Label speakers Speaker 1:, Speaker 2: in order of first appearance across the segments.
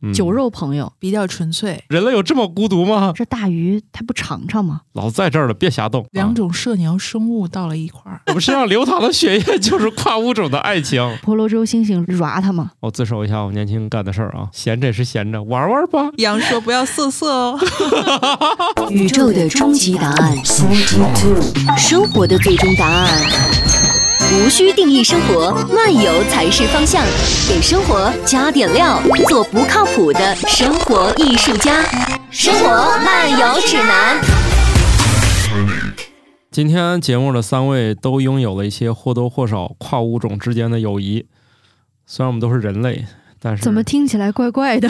Speaker 1: 嗯
Speaker 2: 酒肉朋友。
Speaker 3: 比较纯粹。
Speaker 1: 人类有这么孤独吗？
Speaker 2: 这大鱼它不尝尝吗？
Speaker 1: 老子在这儿了，别瞎动。
Speaker 3: 两
Speaker 1: 啊、
Speaker 3: 种社鸟生物到了一块儿，
Speaker 1: 我们身上流淌的血液就是跨物种的爱情。
Speaker 2: 婆罗洲猩猩抓它吗？
Speaker 1: 我自首一下，我年轻干的事儿啊，闲着也是闲着，玩玩 吧。
Speaker 3: 羊说不要色色哦。
Speaker 4: 宇宙的终极答案，生活的最终答案。无需定义生活，漫游才是方向。给生活加点料，做不靠谱的生活艺术家。生活漫游指南。
Speaker 1: 今天节目的三位都拥有了一些或多或少跨物种之间的友谊，虽然我们都是人类，但是
Speaker 2: 怎么听起来怪怪的？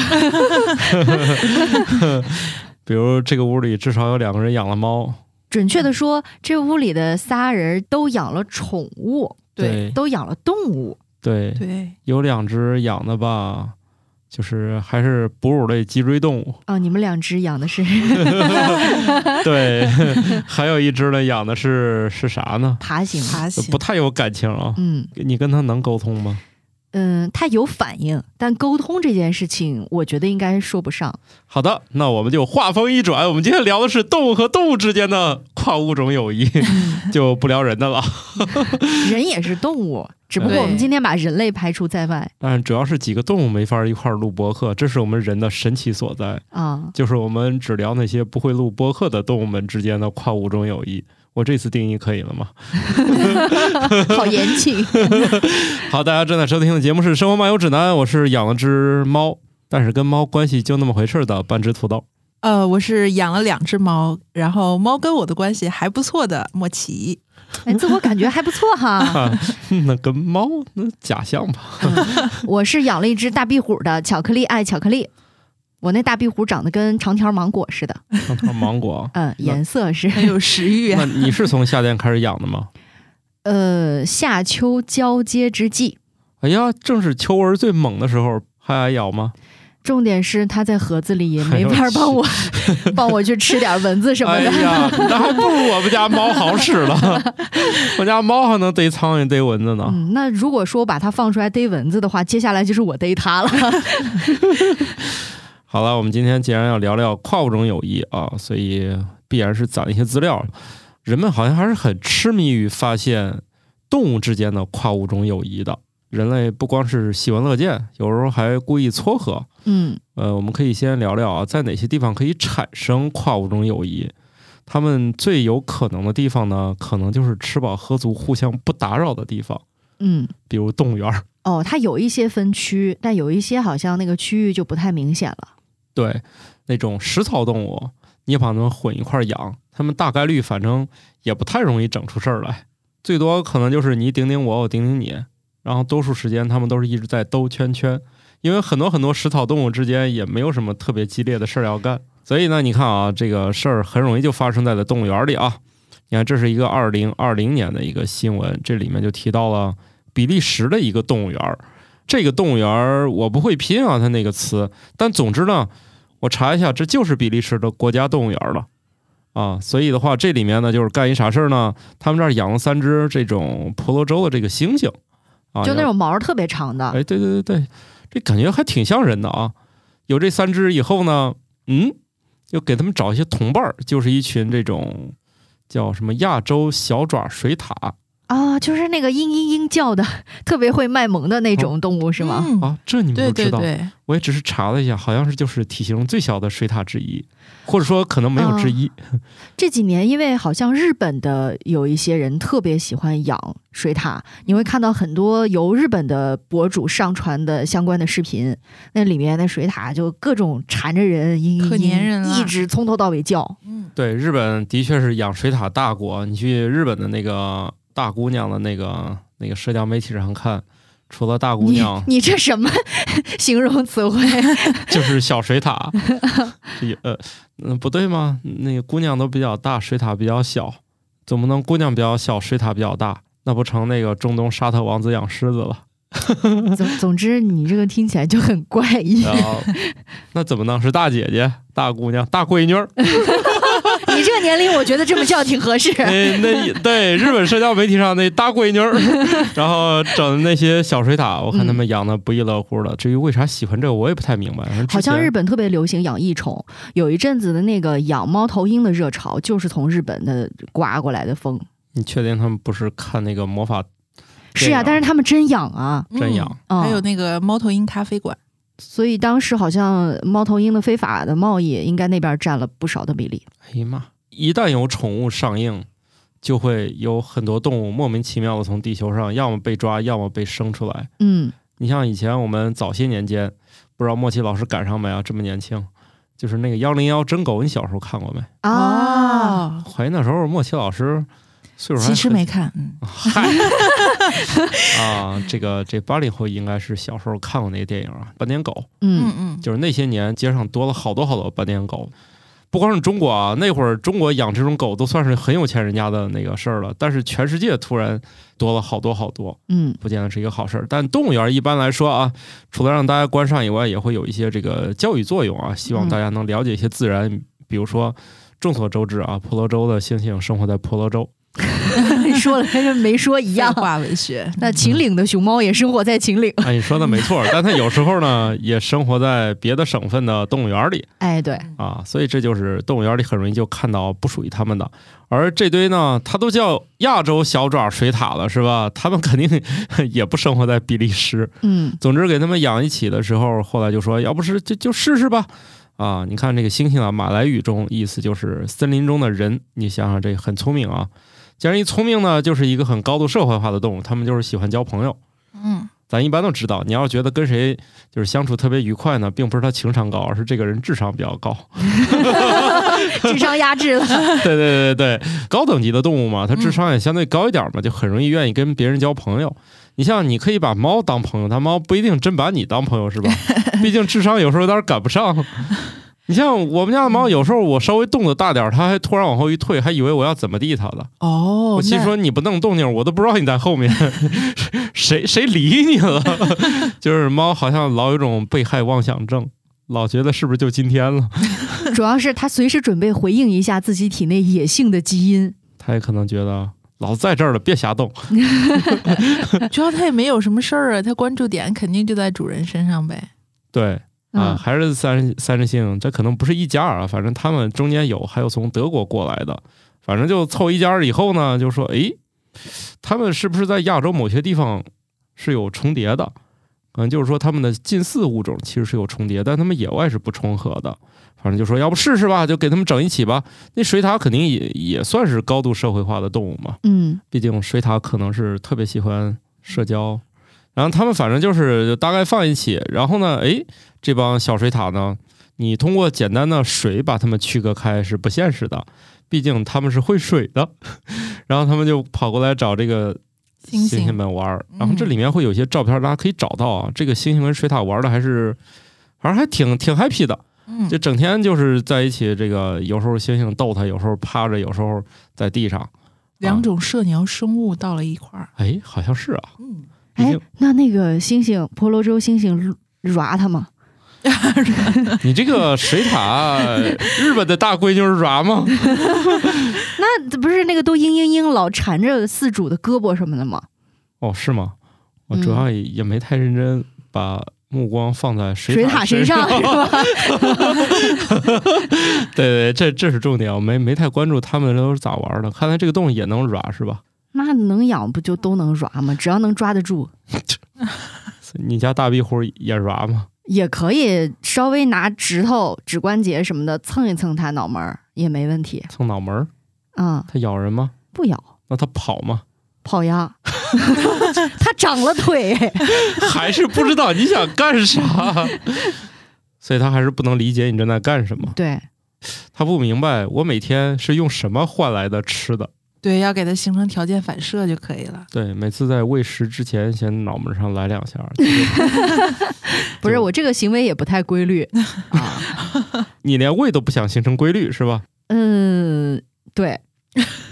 Speaker 1: 比如这个屋里至少有两个人养了猫，
Speaker 2: 准确的说，这屋里的仨人都养了宠物，
Speaker 1: 对
Speaker 2: 都养了动物。
Speaker 1: 对，
Speaker 3: 对，
Speaker 1: 有两只养的吧，就是还是哺乳类脊椎动物，
Speaker 2: 哦，你们两只养的是
Speaker 1: 对， 还有一只呢养的是是啥呢？
Speaker 2: 爬行。
Speaker 3: 爬行
Speaker 1: 嗯不太有感情啊，
Speaker 2: 嗯
Speaker 1: 你跟它能沟通吗？
Speaker 2: 嗯，它有反应，但沟通这件事情，我觉得应该说不上。
Speaker 1: 好的，那我们就话锋一转，我们今天聊的是动物和动物之间的跨物种友谊，就不聊人的了。
Speaker 2: 人也是动物，只不过
Speaker 3: 对
Speaker 2: 我们今天把人类排除在外
Speaker 1: 但是主要是几个动物没法一块儿录播客，这是我们人的神奇所在，
Speaker 2: 啊。
Speaker 1: 就是我们只聊那些不会录播客的动物们之间的跨物种友谊。我这次定义可以了吗？
Speaker 2: 好严谨，
Speaker 1: 好，大家正在收听的节目是《生活漫游指南》，我是养了只猫，但是跟猫关系就那么回事儿的半只土豆。
Speaker 3: 呃，我是养了两只猫，然后猫跟我的关系还不错的莫奇。
Speaker 2: 哎，自我感觉还不错哈。
Speaker 1: 啊，那跟猫那假象吧。
Speaker 2: 我是养了一只大壁虎的，巧克力爱巧克力。我那大壁虎长得跟长条芒果似的，。
Speaker 1: 那它是芒果啊
Speaker 2: 嗯，颜色是
Speaker 1: 哎
Speaker 3: 很有食欲
Speaker 1: 那
Speaker 3: 啊！
Speaker 1: 你是从夏天开始养的吗？
Speaker 2: 呃夏秋交接之际，
Speaker 1: 哎呀，正是秋蚊最猛的时候，还爱咬吗？
Speaker 2: 重点是它在盒子里也
Speaker 1: 哎
Speaker 2: 没
Speaker 1: 呦
Speaker 2: 法帮我 帮我去吃点蚊子什么
Speaker 1: 哎
Speaker 2: 的。
Speaker 1: 呀，那还不如我们家猫好使了。我家猫还能逮苍蝇、逮蚊子呢。
Speaker 2: 嗯，那如果说把它放出来逮蚊子的话，接下来就是我逮它 了。
Speaker 1: 好了，我们今天既然要聊聊跨物种友谊啊，所以必然是攒了一些资料。人们好像还是很痴迷于发现动物之间的跨物种友谊的。人类不光是喜闻乐见，有时候还故意撮合。
Speaker 2: 嗯，
Speaker 1: 呃，我们可以先聊聊啊，在哪些地方可以产生跨物种友谊？他们最有可能的地方呢，可能就是吃饱喝足、互相不打扰的地方，
Speaker 2: 嗯，
Speaker 1: 比如动物园儿。
Speaker 2: 哦，它有一些分区，但有一些好像那个区域就不太明显了。
Speaker 1: 对，那种食草动物，你把它们混一块儿养，它们大概率反正也不太容易整出事儿来，最多可能就是你顶顶我，我顶顶你，然后多数时间它们都是一直在兜圈圈，因为很多很多食草动物之间也没有什么特别激烈的事儿要干，所以呢，你看啊，这个事儿很容易就发生在了动物园里啊。你看，这是一个二零二零年的一个新闻，这里面就提到了比利时的一个动物园儿。这个动物园儿我不会拼啊，它那个词，但总之呢，我查一下，这就是比利时的国家动物园了啊。所以的话，这里面呢就是干一啥事儿呢？他们这儿养了三只这种婆罗洲的这个猩猩啊，
Speaker 2: 就那种毛儿特别长的，
Speaker 3: 啊
Speaker 1: 哎，对对对对，这感觉还挺像人的啊。有这三只以后呢，嗯，又给他们找一些同伴儿，就是一群这种叫什么亚洲小爪水獭
Speaker 2: 啊，就是那个嘤嘤嘤叫的， 特别会卖萌的那种动物是吗？
Speaker 3: 嗯
Speaker 1: 啊，这你们
Speaker 3: 对
Speaker 1: 都知
Speaker 3: 对
Speaker 1: 道。
Speaker 3: 对，
Speaker 1: 我也只是查了一下，好像是就是体型最小的水獭之一，或者说可能没有之
Speaker 3: 哦
Speaker 1: 一。
Speaker 2: 这几年，因为好像日本的有一些人特别喜欢养水獭，你会看到很多由日本的博主上传的相关的视频，那里面那水獭就各种缠着人，嘤嘤
Speaker 3: 可粘人
Speaker 2: 嘤，
Speaker 3: 了
Speaker 2: 一直从头到尾叫。
Speaker 3: 嗯，
Speaker 1: 对，日本的确是养水獭大国。你去日本的那个大姑娘的那个那个社交媒体上看，除了 大姑
Speaker 2: 你
Speaker 1: 娘，
Speaker 2: 你这什么 形容词汇？
Speaker 1: 就是小水獭，也呃，嗯不对吗？那个姑娘都比较大，水獭比较小，总不能姑娘比较小，水獭比较大，那不成那个中东沙特王子养狮子了？
Speaker 2: 总总之，你这个听起来就很怪
Speaker 1: 啊
Speaker 2: 异。
Speaker 1: 然后那怎么弄？是大姐姐、大姑娘、大闺女儿？
Speaker 2: 你 你这个年龄，我觉得这么叫挺合适。
Speaker 1: 那那对日本社交媒体上那大闺女儿， 然后整那些小水獭，我看他们
Speaker 2: 嗯
Speaker 1: 养的不亦乐乎的。至于为啥喜欢这个，我也不太明白。反正之
Speaker 2: 好像
Speaker 1: 前
Speaker 2: 日本特别流行养异宠，有一阵子的那个养猫头鹰的热潮，就是从日本的刮过来的风。
Speaker 1: 你确定他们不是看那个魔法
Speaker 2: 是呀、
Speaker 1: 电影
Speaker 2: 但是他们真养啊，
Speaker 1: 真养？
Speaker 2: 啊、
Speaker 3: 嗯还有那个猫头鹰咖啡馆，
Speaker 2: 所以当时好像猫头鹰的非法的贸易，应该那边占了不少的比例。
Speaker 1: 哎呀妈！一旦有宠物上映，就会有很多动物莫名其妙的从地球上要么被抓，要么被生出来。
Speaker 2: 嗯，
Speaker 1: 你像以前我们早些年间，不知道莫奇老师赶上没啊？这么年轻，就是那个幺零幺真狗，你小时候看过没？
Speaker 2: 啊，
Speaker 3: 哦，
Speaker 1: 怀疑那时候莫奇老师 岁数还
Speaker 3: 其实
Speaker 1: 很
Speaker 3: 没看，嗯，
Speaker 1: 嗨啊，这个这八零后应该是小时候看过那个电影啊，《斑点狗》，
Speaker 2: 嗯
Speaker 3: 嗯嗯，
Speaker 1: 就是那些年街上多了好多好多斑点狗。不光是中国啊，那会儿中国养这种狗都算是很有钱人家的那个事儿了，但是全世界突然多了好多好多。
Speaker 2: 嗯
Speaker 1: 不见得是一个好事儿。但动物园一般来说啊，除了让大家观赏以外，也会有一些这个教育作用啊，希望大家能了解一些自然，比如说。众所周知啊，婆罗洲的猩猩生活在婆罗洲，
Speaker 2: 嗯，说了跟没说一样
Speaker 3: 废。话文 学，
Speaker 2: 那秦岭的熊猫也生活在秦岭。
Speaker 1: 哎，你说的没错儿，但它有时候呢也生活在别的省份的动物园里
Speaker 2: 哎，对，
Speaker 1: 啊，所以这就是动物园里很容易就看到不属于它们的。而这堆呢，它都叫亚洲小爪水獭了，是吧？它们肯定 也不生活在比利时，
Speaker 2: 嗯
Speaker 1: 总之给他们养一起的时候，后来就说，要不是就就试试吧。啊，你看这个猩猩啊，马来语中意思就是森林中的人。你想想，这很聪明啊。既然一聪明呢，就是一个很高度社会化的动物，他们就是喜欢交朋友。
Speaker 3: 嗯，
Speaker 1: 咱一般都知道，你要觉得跟谁就是相处特别愉快呢，并不是他情商高，而是这个人智商比较高。
Speaker 2: 智商压制了。
Speaker 1: 对对对对，高等级的动物嘛，它智商也相对高一点嘛，就很容易愿意跟别人交朋友。你像你可以把猫当朋友，它猫不一定真把你当朋友，是吧？毕竟智商有时候有点赶不上。你像我们家的猫，有时候我稍微动作大点儿，它还突然往后一退，还以为我要怎么地它了。
Speaker 3: 哦，
Speaker 1: 我心
Speaker 3: 那
Speaker 1: 说你不弄动静，我都不知道你在后面， 谁谁理你了？ 就是猫好像老有一种被害妄想症，老觉得是不是就今天了。
Speaker 2: 主要是他随时准备回应一下自己体内野性的基因。
Speaker 1: 他也可能觉得老子在这儿了，别瞎动。
Speaker 3: 主要它也没有什么事儿啊，它关注点肯定就在主人身上呗。
Speaker 1: 对啊，
Speaker 2: 嗯
Speaker 1: 还是三三只星，这可能不是一家啊，反正他们中间有还有从德国过来的，反正就凑一家儿以后呢，就说诶，他们是不是在亚洲某些地方是有重叠的？可能就是说他们的近似物种其实是有重叠，但他们野外是不重合的。反正就说要不试试吧，就给他们整一起吧。那水獭肯定也也算是高度社会化的动物嘛，
Speaker 2: 嗯
Speaker 1: 毕竟水獭可能是特别喜欢社交，然后他们反正就是大概放一起，然后呢，诶，这帮小水獭呢，你通过简单的水把它们区隔开是不现实的，毕竟他们是会水的， 然后他们就跑过来找这个
Speaker 3: 星
Speaker 1: 猩
Speaker 3: 星
Speaker 1: 们玩儿，然后这
Speaker 3: 嗯
Speaker 1: 里面会有一些照片，大家可以找到啊，这个猩猩跟水獭玩的还是。反正还挺挺 happy 的，
Speaker 3: 嗯
Speaker 1: 就整天就是在一起。这个有时候猩猩逗它，有时候趴着，有时候在地上。
Speaker 3: 两种社鸟生物到了一块儿，
Speaker 1: 哎，好像是啊，
Speaker 3: 嗯，
Speaker 1: 毕
Speaker 2: 哎
Speaker 1: 竟，
Speaker 2: 那那个猩猩，婆罗洲猩猩抓它吗？
Speaker 1: 你这个水 獭，日本的大龟就是 ra 吗？
Speaker 2: 那不是那个都嘤嘤嘤老缠着饲主的胳膊什么的吗？
Speaker 1: 哦，是吗？我
Speaker 2: 嗯
Speaker 1: 主要也也没太认真把目光放在水
Speaker 2: 水獭
Speaker 1: 獭
Speaker 2: 身
Speaker 1: 上
Speaker 2: 上。是吧？
Speaker 1: 对对，这这是重点，我没没太关注他们都是咋玩的。看来这个动物也能 ra 是吧？
Speaker 2: 那能养不就都能抓吗？只要能抓得住，
Speaker 1: 你家大壁虎也 ra 吗？
Speaker 2: 也可以稍微拿指头、指关节什么的蹭一蹭它脑门儿也没问题。
Speaker 1: 蹭脑门儿，
Speaker 2: 嗯，
Speaker 1: 它咬人吗？
Speaker 2: 不咬，
Speaker 1: 那它跑吗？
Speaker 2: 跑呀，它长了腿。
Speaker 1: 还是不知道你想干啥？ 所以它还是不能理解你正在干什 么，
Speaker 2: 对，
Speaker 1: 它不明白我每天是用什么换来的吃的。
Speaker 3: 对，要给它形成条件反射就可以了。
Speaker 1: 对，每次在喂食之前，先脑门上来两下 儿。就是
Speaker 2: 不是
Speaker 1: 就
Speaker 2: 我这个行为也不太规 律啊。
Speaker 1: 你连喂都不想形成规律是吧？
Speaker 2: 嗯，对，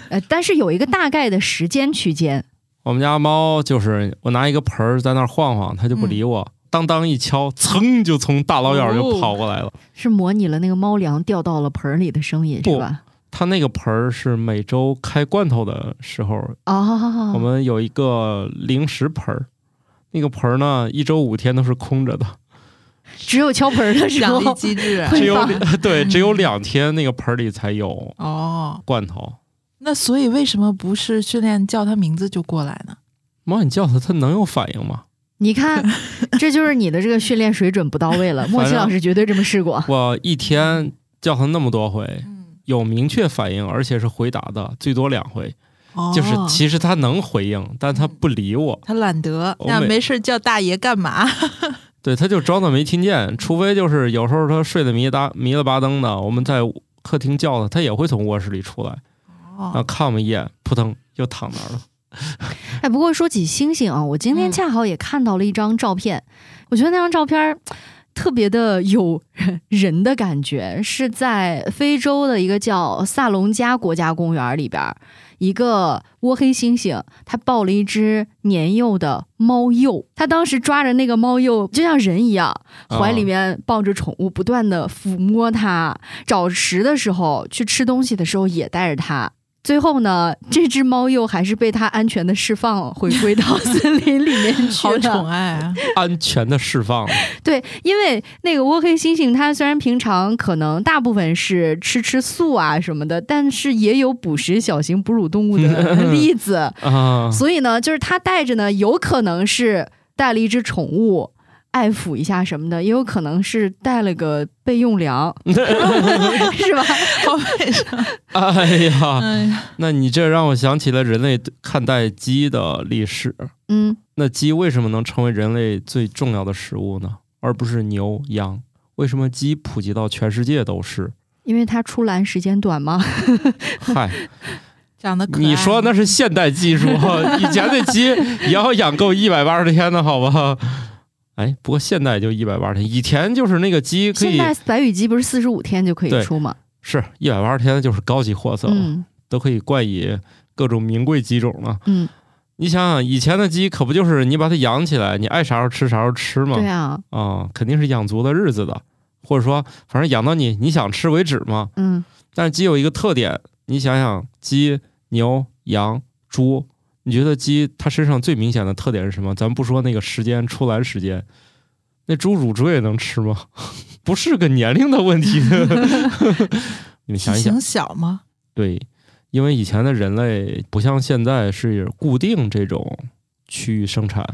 Speaker 2: 呃，但是有一个大概的时间区间。
Speaker 1: 我们家猫就是我拿一个盆儿在那儿晃晃，它就不理我，
Speaker 2: 嗯
Speaker 1: 当当一敲，噌就从大老远儿就
Speaker 3: 哦
Speaker 1: 跑过来了。
Speaker 2: 是模拟了那个猫粮掉到了盆儿里的声音，是
Speaker 1: 不
Speaker 2: 吧？
Speaker 1: 它那个盆儿是每周开罐头的时候，
Speaker 2: 哦，
Speaker 1: 我们有一个零食盆儿，那个盆儿呢一周五天都是空着的，
Speaker 2: 只有敲盆儿的时
Speaker 3: 奖
Speaker 2: 候
Speaker 3: 励机制
Speaker 2: 会
Speaker 1: 只有
Speaker 2: 放
Speaker 1: 两对
Speaker 3: 嗯
Speaker 1: 只有两天那个盆儿里才有
Speaker 3: 哦。
Speaker 1: 罐头。
Speaker 3: 那所以为什么不是训练叫他名字就过来呢？
Speaker 1: 猫，你叫它，它能有反应吗？
Speaker 2: 你看，这就是你的这个训练水准不到位了。莫奇老师绝对这么试过。
Speaker 1: 我一天叫它那么多回，
Speaker 3: 嗯，
Speaker 1: 有明确反应，而且是回答的，最多两回。就是
Speaker 3: 哦
Speaker 1: 其实它能回应，但它不理我，
Speaker 3: 他懒得，
Speaker 1: 我
Speaker 3: 那
Speaker 1: 每
Speaker 3: 没事叫大爷干嘛？
Speaker 1: 对，它就装作没听见。除非就是有时候它睡得迷搭迷了巴登的，我们在客厅叫它，它也会从卧室里出来， 然后
Speaker 3: 哦，
Speaker 1: 看我们一眼，扑腾又躺那 儿了。
Speaker 2: 哎，不过说起星星啊，我今天
Speaker 3: 嗯
Speaker 2: 恰好也看到了一张照片，我觉得那张照片儿特别的有人 的感觉，是在非洲的一个叫萨隆加国家公园里边儿，一个窝黑猩猩，它抱了一只年幼的猫鼬，它当时抓着那个猫鼬，就像人一样，怀里面抱着宠物，不断的抚摸它，找食的时候，去吃东西的时候也带着它。最后呢，这只猫鼬还是被它安全的释放回归到森林里面去
Speaker 3: 好宠
Speaker 2: 了。
Speaker 3: 爱啊！
Speaker 1: 安全的释 放了。
Speaker 2: 对，因为那个窝黑猩猩，它虽然平常可能大部分是吃吃素啊什么的，但是也有捕食小型哺乳动物的例子。
Speaker 1: 啊，
Speaker 2: 所以呢，就是他带着呢，有可能是带了一只宠物。爱抚一下什么的，也有可能是带了个备用粮， 是吧？
Speaker 3: 好美声
Speaker 1: 哎呀，
Speaker 3: 哎呀，
Speaker 1: 那你这让我想起了人类看待鸡的历史。
Speaker 2: 嗯，
Speaker 1: 那鸡为什么能成为人类最重要的食物呢？而不是牛、羊？为什么鸡普及到全世界都是？
Speaker 2: 因为它出栏时间短嘛。
Speaker 1: 嗨，
Speaker 3: 长得可爱。
Speaker 1: 你说那是现代技术，以前的鸡也要养够一百八十天的好吧？哎，不过现代就一百八十天，以前就是那个鸡可
Speaker 2: 现
Speaker 1: 以
Speaker 2: 在白羽鸡不是四十五天就可
Speaker 1: 对
Speaker 2: 以出嘛？
Speaker 1: 是一百八十天就是高级货色了，
Speaker 2: 嗯
Speaker 1: 都可以冠以各种名贵鸡种了。
Speaker 2: 嗯，
Speaker 1: 你想想，以前的鸡可不就是你把它养起来，你爱啥时候吃啥时候吃吗？
Speaker 2: 对啊，
Speaker 1: 啊、肯定是养足了日子的，或者说反正养到你你想吃为止嘛。
Speaker 2: 嗯，
Speaker 1: 但是鸡有一个特点，你想想，鸡、牛、羊、猪，你觉得鸡它身上最明显的特点是什么？咱不说那个时间出栏时间，那猪乳猪也能吃吗？ 不是个年龄的问题， 你
Speaker 3: 体
Speaker 1: 们想一想，
Speaker 3: 型小吗？
Speaker 1: 对，因为以前的人类不像现在是固定这种区域生产，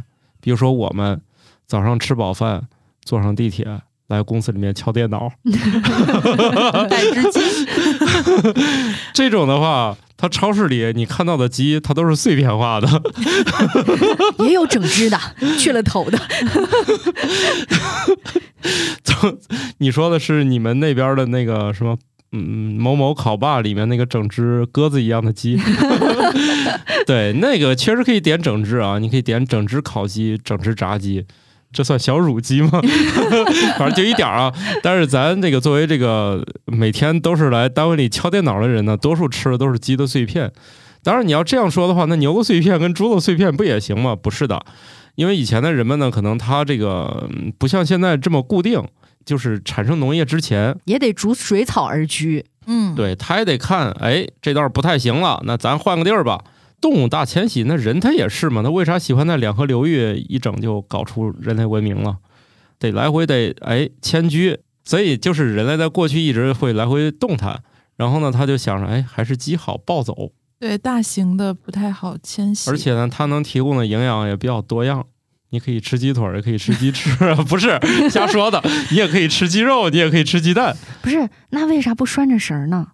Speaker 1: 比如说我们早上吃饱饭，坐上地铁来公司里面敲电脑，
Speaker 3: 带只鸡，
Speaker 1: 这种的话，它超市里你看到的鸡，它都是碎片化的，
Speaker 2: 也有整只的， 去了头的。
Speaker 1: 你说的是你们那边的那个什么，嗯，某某烤霸里面那个整只鸽子一样的鸡，对，那个确实可以点整只啊，你可以点整只烤鸡、整只炸鸡，这算小乳鸡吗？ 反正就一点儿啊。但是咱这个作为这个每天都是来单位里敲电脑的人呢，多数吃的都是鸡的碎片。当然，你要这样说的话，那牛的碎片跟猪的碎片不也行吗？不是的，因为以前的人们呢，可能他这个嗯不像现在这么固定，就是产生农业之前，
Speaker 2: 也得逐水草而居。
Speaker 3: 嗯，
Speaker 1: 对他也得看，哎，这段不太行了，那咱换个地儿吧。动物大迁徙，那人他也是嘛，他为啥喜欢在两河流域一整就搞出人类文明了？得来回得哎迁居，所以就是人类在过去一直会来回动弹。然后呢，他就想着，哎，还是鸡好暴走，
Speaker 3: 对，大型的不太好迁徙，
Speaker 1: 而且呢，它能提供的营养也比较多样。你可以吃鸡腿儿，也可以吃 鸡翅，不是瞎说的。你也可以吃鸡肉，你也可以吃鸡蛋。
Speaker 2: 不是，那为啥不拴着绳儿呢？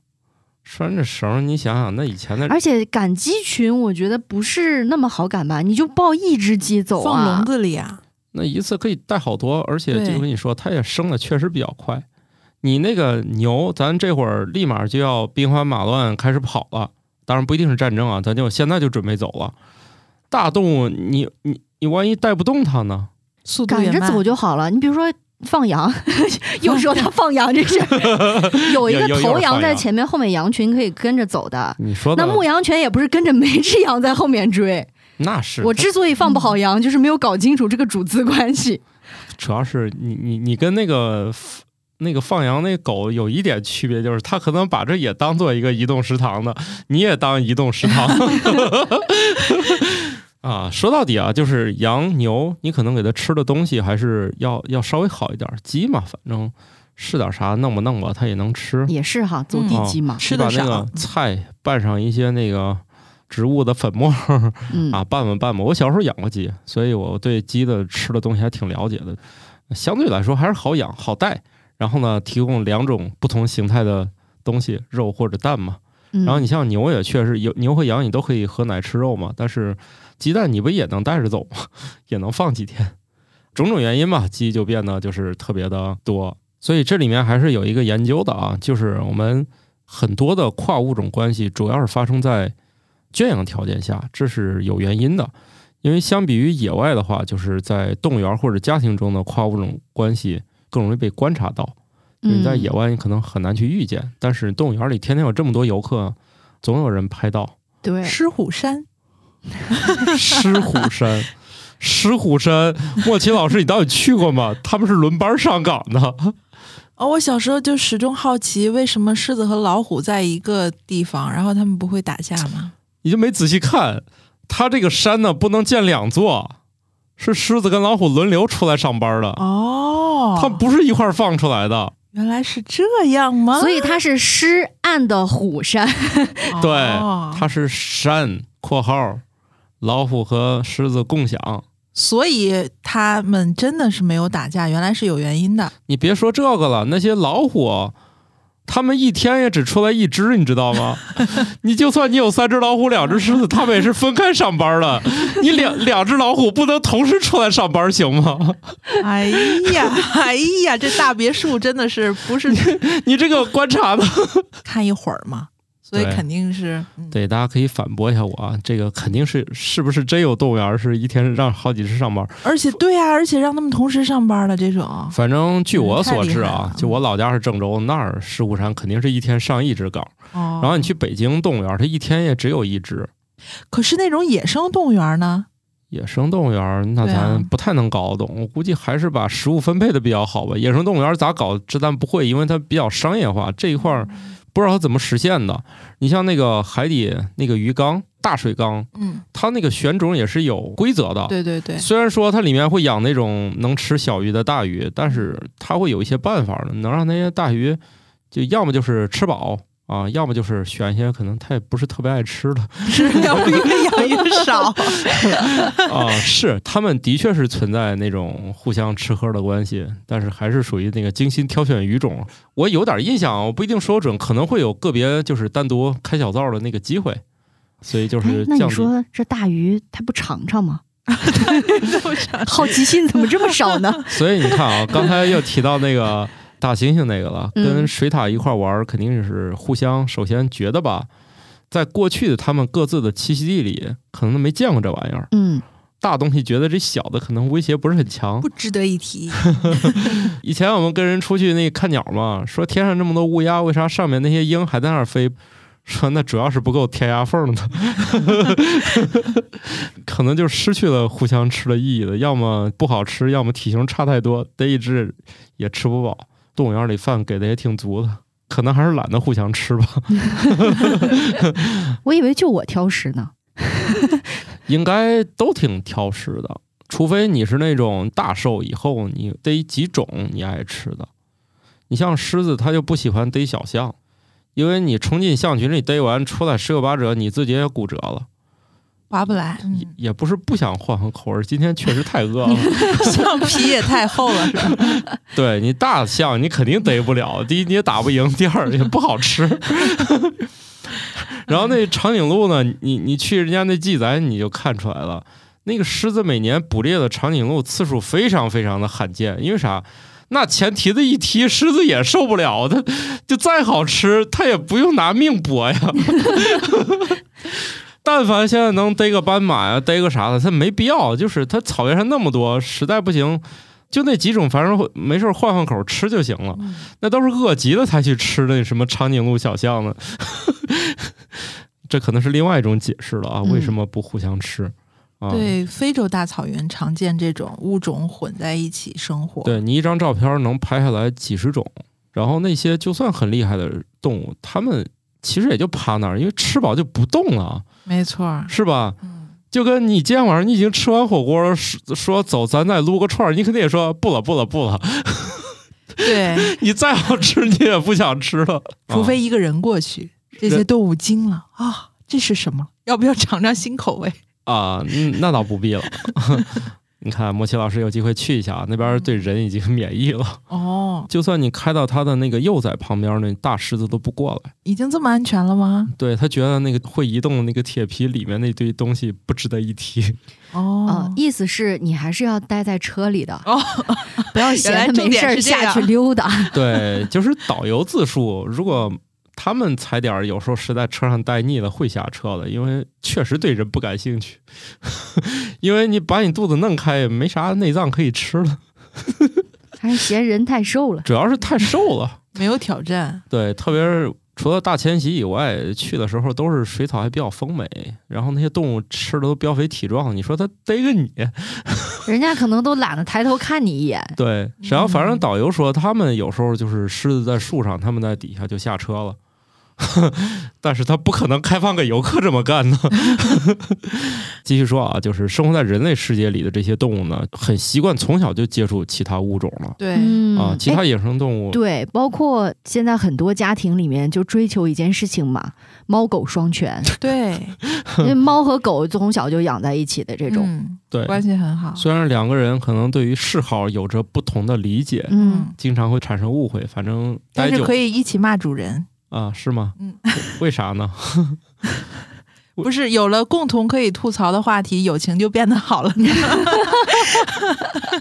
Speaker 1: 拴着绳儿，你想想，那以前的
Speaker 2: 而且赶鸡群，我觉得不是那么好赶吧？你就抱一只鸡走
Speaker 3: 放笼
Speaker 2: 啊？
Speaker 3: 子里啊，
Speaker 1: 那一次可以带好多，而且
Speaker 3: 对
Speaker 1: 就跟你说，它也生的确实比较快。你那个牛，咱这会儿立马就要兵荒马乱开始跑了，当然不一定是战争啊，咱就现在就准备走了。大动物，你你你万一带不动它呢？
Speaker 3: 速度
Speaker 2: 赶
Speaker 3: 也
Speaker 2: 着
Speaker 3: 慢
Speaker 2: 走。就好了。你比如说放羊， 又说 他放羊这事儿，有一个
Speaker 1: 又又
Speaker 2: 头
Speaker 1: 是
Speaker 2: 羊
Speaker 1: 放
Speaker 2: 在
Speaker 1: 羊
Speaker 2: 前面，后面羊群可以跟着走的。
Speaker 1: 你说的
Speaker 2: 那牧羊犬也不是跟着每只羊在后面追。
Speaker 1: 那是嗯
Speaker 2: 我之所以放不好羊，就是没有搞清楚这个主次关系。
Speaker 1: 主要是你你你跟那个那个放羊那狗有一点区别，就是它可能把这也当做一个移动食堂的，你也当移动食 堂。啊，说到底啊，就是羊牛，你可能给它吃的东西还是要要稍微好一点儿。鸡嘛，反正是点啥弄吧弄吧，它也能吃。
Speaker 2: 也是哈，走
Speaker 1: 嗯
Speaker 2: 地鸡嘛，
Speaker 3: 吃
Speaker 1: 你把
Speaker 3: 的
Speaker 1: 那
Speaker 3: 少
Speaker 1: 个，菜拌上一些那个植物的粉末儿
Speaker 2: 嗯
Speaker 1: 啊，拌拌拌吧。我小时候养过鸡，所以我对鸡的吃的东西还挺了解的。相对来说还是好养好带，然后呢，提供两种不同形态的东西，肉或者蛋嘛。
Speaker 2: 嗯
Speaker 1: 然后你像牛也确实有牛和羊，你都可以喝奶吃肉嘛。但是鸡蛋你不也能带着走吗？ 也能放几天。种种原因吧，鸡就变得就是特别的多。所以这里面还是有一个研究的啊，就是我们很多的跨物种关系主要是发生在圈养条件下，这是有原因的。因为相比于野外的话，就是在动物园或者家庭中的跨物种关系更容易被观察到。
Speaker 2: 嗯
Speaker 1: 你在野外你可能很难去遇见，但是动物园里天天有这么多游客，总有人拍到
Speaker 2: 对
Speaker 3: 狮虎山
Speaker 1: 狮虎山。狮虎山，莫奇老师，你到底去过吗？他们是轮班上岗的，
Speaker 3: 哦，我小时候就始终好奇，为什么狮子和老虎在一个地方，然后他们不会打架吗？
Speaker 1: 你就没仔细看。他这个山呢，不能建两座，是狮子跟老虎轮流出来上班的，
Speaker 3: 哦，
Speaker 1: 它不是一块儿放出来的。
Speaker 3: 原来是这样吗？
Speaker 2: 所以它是狮岸的虎山，
Speaker 1: 对，
Speaker 3: 哦
Speaker 1: 它是山（括号老虎和狮子共享）。
Speaker 3: 所以他们真的是没有打架，原来是有原因的。
Speaker 1: 你别说这个了，那些老虎，他们一天也只出来一只，你知道吗？ 你就算你有三只老虎、两只狮子，他们也是分开上班的。你两两只老虎不能同时出来上班行吗？
Speaker 3: 哎呀， 哎呀，这大别墅真的是不 是
Speaker 1: 你这个观察的，
Speaker 3: 看一会儿嘛？所以
Speaker 1: 对
Speaker 3: 肯定是，嗯
Speaker 1: 对，大家可以反驳一下我啊，这个肯定是是不是真有动物园是一天让好几只上班？
Speaker 3: 而且对啊，而且让他们同时上班的这种，
Speaker 1: 反正据我所
Speaker 3: 嗯
Speaker 1: 知
Speaker 3: 太厉害
Speaker 1: 啊
Speaker 3: 了，
Speaker 1: 就我老家是郑州，那儿狮虎山肯定是一天上一只岗，
Speaker 3: 哦，
Speaker 1: 然后你去北京动物园，它一天也只有一只。
Speaker 3: 可是那种野生动物园呢？
Speaker 1: 野生动物园儿，那
Speaker 3: 对啊
Speaker 1: 咱不太能搞懂，我估计还是把食物分配的比较好吧。野生动物园儿咋搞，这咱不会，因为它比较商业化，这一块儿
Speaker 3: 嗯
Speaker 1: 不知道它怎么实现的。你像那个海底那个鱼缸、大水缸，
Speaker 3: 嗯，
Speaker 1: 它那个选种也是有规则的。
Speaker 3: 对对对，
Speaker 1: 虽然说它里面会养那种能吃小鱼的大鱼，但是它会有一些办法的，能让那些大鱼就要么就是吃饱啊，要么就是选一些可能它也不是特别爱吃的。
Speaker 3: 是要越养越 少。
Speaker 1: 啊，是他们的确是存在那种互相吃喝的关系，但是还是属于那个精心挑选鱼种。我有点印象，我不一定说准，可能会有个别就是单独开小灶的那个机会，所以 就
Speaker 2: 哎
Speaker 1: 是
Speaker 2: 那
Speaker 1: 降
Speaker 2: 你
Speaker 1: 低。
Speaker 2: 说这大鱼它不尝尝 吗？好奇心怎么这么少 呢？
Speaker 1: 所以你看啊，刚才又提到那个大猩猩那 个了，
Speaker 2: 嗯
Speaker 1: 跟水獭一块玩儿，肯定是互相首先觉得吧，在过去的他们各自的栖息地里，可能都没见过这玩意儿。
Speaker 2: 嗯，
Speaker 1: 大东西觉得这小的可能威胁不是很强，
Speaker 3: 不值得一提，
Speaker 1: 以前我们跟人出去那看鸟嘛，说天上这么多乌鸦，为啥上面那些鹰还在那儿飞？说那主要是不够填牙缝的， 可能就失去了互相吃的意义了。要么不好吃，要么体型差太多，逮一只也吃不饱。动物园里饭给的也挺足的，可能还是懒得互相吃吧。
Speaker 2: 我以为就我挑食呢。
Speaker 1: 应该都挺挑食的，除非你是那种大兽以后你逮几种你爱吃的。你像狮子，它就不喜欢逮小象，因为你冲进象群里逮完出来十有八九你自己也骨折了。
Speaker 3: 划不来，嗯
Speaker 1: 也也不是不想换换口味，今天确实太饿了。
Speaker 3: 橡皮也太厚了，是吧？
Speaker 1: 对你大象你肯定逮不了，第一你也打不赢，第二也不好吃。然后那长颈鹿呢，你你去人家那记载你就看出来了，那个狮子每年捕猎的长颈鹿次数非常非常的罕见，因为啥？那前蹄子一踢，狮子也受不了，它就再好吃，它也不用拿命搏呀。 但凡现在能逮个斑马呀，逮个啥的，它没必要。就是它草原上那么多，实在不行，就那几种，反正没事儿换换口吃就行了。那都是饿极了才去吃那什么长颈鹿、小象呢。 这可能是另外一种解释了啊，
Speaker 2: 嗯
Speaker 1: 为什么不互相吃？啊，
Speaker 3: 对，非洲大草原常见这种物种混在一起生活。
Speaker 1: 对你一张照片能拍下来几十种，然后那些就算很厉害的动物，它们其实也就趴那儿，因为吃饱就不动了，
Speaker 3: 没错儿，
Speaker 1: 是吧？
Speaker 3: 嗯，
Speaker 1: 就跟你今天晚上你已经吃完火锅了，说说走，咱再撸个串儿，你肯定也说不了，不了，不了。
Speaker 3: 对，
Speaker 1: 你再好吃，你也不想吃了，
Speaker 3: 除非一个人过去，这些
Speaker 1: 啊人
Speaker 3: 动物惊了啊，这是什么？要不要尝尝新口味？
Speaker 1: 啊，嗯，那倒不必 了。 你看，莫奇老师有机会去一下，啊那边对人已经 免疫了，
Speaker 3: 哦，
Speaker 1: 就算你开到它的那个幼崽旁边，那大狮子都不过来。
Speaker 3: 已经这么安全了吗？
Speaker 1: 对他觉得那个会移动的那个铁皮里面那堆东西不值得一提。
Speaker 2: 啊
Speaker 3: 哦，，
Speaker 2: 意思是你还是要待在车里的，
Speaker 3: 哦，
Speaker 2: 不要闲着没事儿下去溜达。
Speaker 1: 对，就是导游自述，如果他们踩点儿，有时候实在车上待腻了，会下车的，因为确实对人不感兴趣， 因为你把你肚子弄开，也没啥内脏可以吃了，
Speaker 2: 还是嫌人太瘦了。
Speaker 1: 主要是太瘦 了。
Speaker 3: 没有挑战，
Speaker 1: 对，特别是除了大迁徙以外，去的时候都是水草还比较丰美，然后那些动物吃的都膘肥体壮，你说它逮个你？
Speaker 2: 人家可能都懒得抬头看你一眼。
Speaker 1: 对，然后反正
Speaker 3: 嗯
Speaker 1: 导游说，他们有时候就是狮子在树上，他们在底下就下车了， 但是他不可能开放给游客这么干呢。 继续说啊，就是生活在人类世界里的这些动物呢，很习惯从小就接触其他物种了、
Speaker 3: 对，
Speaker 2: 嗯
Speaker 1: 啊，其他
Speaker 2: 哎
Speaker 1: 野生动物，
Speaker 2: 对，包括现在很多家庭里面就追求一件事情嘛，猫狗双全，
Speaker 3: 对，
Speaker 2: 因为猫和狗从小就养在一起的这种。
Speaker 3: 嗯
Speaker 1: 对
Speaker 3: 关系很好，
Speaker 1: 虽然两个人可能对于嗜好有着不同的理解，
Speaker 2: 嗯，，
Speaker 1: 经常会产生误会，反正
Speaker 3: 但
Speaker 1: 待
Speaker 3: 是
Speaker 1: 久
Speaker 3: 可以一起骂主人，
Speaker 1: 啊，是吗？
Speaker 3: 嗯，
Speaker 1: 为啥呢？我
Speaker 3: 不是有了共同可以吐槽的话题，友情就变得好了呢。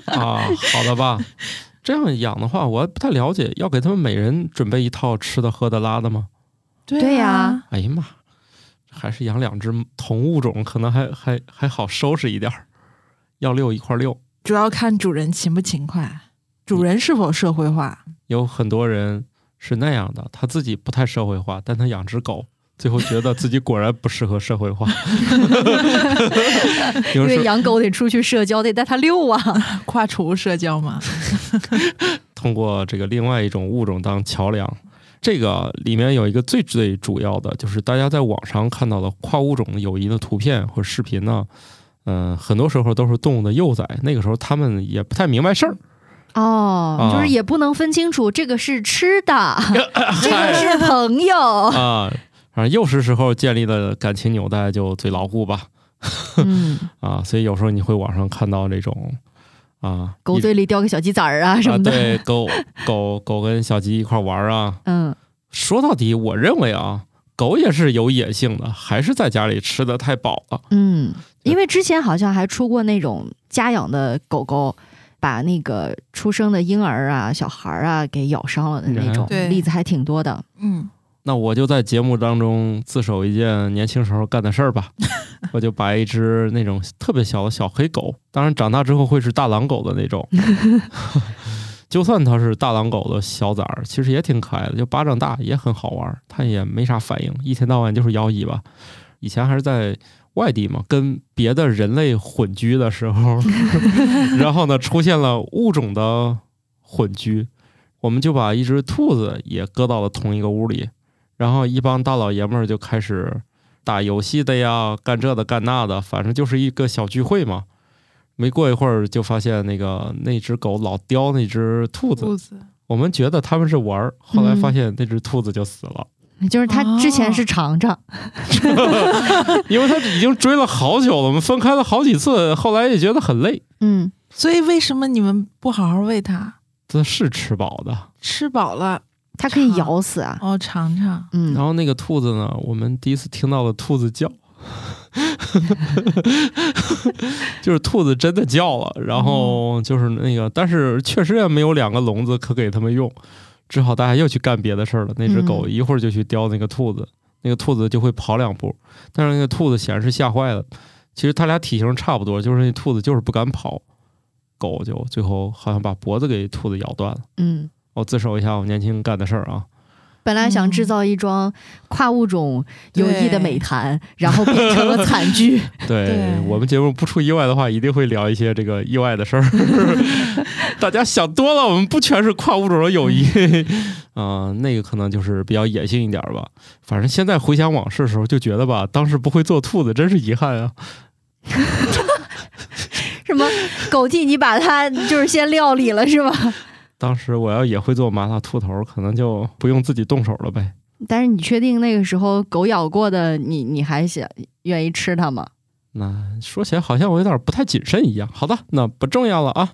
Speaker 1: 啊，好的吧。这样养的话，我还不太了解，要给他们每人准备一套吃的、喝的、拉的吗？
Speaker 2: 对
Speaker 3: 啊
Speaker 2: 呀
Speaker 1: 哎呀妈，还是养两只同物种，可能还还还好收拾一点儿。要遛一块儿遛，
Speaker 3: 主要看主人勤不勤快，
Speaker 1: 嗯
Speaker 3: 主人是否社会化。
Speaker 1: 有很多人是那样的，他自己不太社会化，但他养只狗，最后觉得自己果然不适合社会化。有
Speaker 2: 因
Speaker 1: 人
Speaker 2: 为
Speaker 1: 说
Speaker 2: 养狗得出去社交，得带它遛啊。
Speaker 3: 跨宠物社交嘛，
Speaker 1: 通过这个另外一种物种当桥梁。这个里面有一个最最主要的，就是大家在网上看到的跨物种友谊的图片或视频呢，嗯、很多时候都是动物的幼崽，那个时候他们也不太明白事儿，
Speaker 2: 哦，
Speaker 1: 啊
Speaker 2: 就是也不能分清楚这个是吃的，这个
Speaker 1: 哎
Speaker 2: 是朋友。
Speaker 1: 啊，反正幼时时候建立的感情纽带就最牢固吧，
Speaker 2: 嗯，
Speaker 1: 啊，所以有时候你会网上看到这种啊，
Speaker 2: 狗
Speaker 1: 一
Speaker 2: 嘴里叼个小鸡崽儿啊什
Speaker 1: 啊，
Speaker 2: 么的。
Speaker 1: 对，狗狗狗跟小鸡一块玩儿啊，
Speaker 2: 嗯，
Speaker 1: 说到底，我认为啊，狗也是有野性的，还是在家里吃的太饱了。
Speaker 2: 嗯，
Speaker 1: 对
Speaker 2: 因为之前好像还出过那种家养的狗狗，把那个出生的婴儿啊、小孩儿啊给咬伤了的那种
Speaker 3: 对
Speaker 2: 例子还挺多的。
Speaker 3: 嗯，
Speaker 1: 那我就在节目当中自首一件年轻时候干的事儿吧，我就把一只那种特别小的小黑狗，当然长大之后会是大狼狗的那种， 就算它是大狼狗的小崽儿，其实也挺可爱的，就巴掌大也很好玩儿，它也没啥反应，一天到晚就是摇尾巴。以前还是在外地嘛，跟别的人类混居的时候， 然后呢出现了物种的混居，我们就把一只兔子也搁到了同一个屋里，然后一帮大老爷们儿就开始打游戏的呀，干这的干那的，反正就是一个小聚会嘛。没过一会儿就发现那个那只狗老叼那只兔子，
Speaker 3: 子
Speaker 1: 我们觉得他们是玩儿，后来发现那只兔子就死了，
Speaker 2: 就是它之前是尝尝，
Speaker 1: 因为它已经追了好久了，我们分开了好几次，后来也觉得很累。
Speaker 2: 嗯，
Speaker 3: 所以为什么你们不好好喂它？
Speaker 1: 它是吃饱的，
Speaker 3: 吃饱了
Speaker 2: 它可以咬死啊。
Speaker 3: 哦，尝尝。
Speaker 2: 嗯
Speaker 1: 然，后那个兔子呢，我们第一次听到了兔子叫， 就是兔子真的叫了，然
Speaker 2: 哦
Speaker 1: 后就是那个，但是确实也没有两个笼子可给他们用，只好大家又去干别的事儿了。那只狗
Speaker 2: 嗯
Speaker 1: 一会儿就去叼那个兔子，那个兔子就会跑两步，但是那个兔子显然是吓坏了。其实它俩体型差不多，就是那兔子就是不敢跑，狗就最后好像把脖子给兔子咬断了。哦
Speaker 2: 嗯，
Speaker 1: 我自首一下我年轻干的事儿啊。
Speaker 2: 本来想制造一桩跨物种友谊的美谈，然后变成了惨 剧。
Speaker 1: 对
Speaker 3: 对
Speaker 1: 我们节目不出意外的话，一定会聊一些这个意外的事儿。大家想多了，我们不全是跨物种的友谊， 啊、那个可能就是比较野性一点儿吧。反正现在回想往事的时候，就觉得吧，当时不会做兔子真是遗憾啊。
Speaker 2: 什么狗替你把它就是先料理了是吧？
Speaker 1: 当时我要也会做麻辣兔头，可能就不用自己动手了呗。
Speaker 2: 但是你确定那个时候狗咬过的你，你还想愿意吃它吗？
Speaker 1: 那说起来好像我有点不太谨慎一样。好的，那不重要了啊。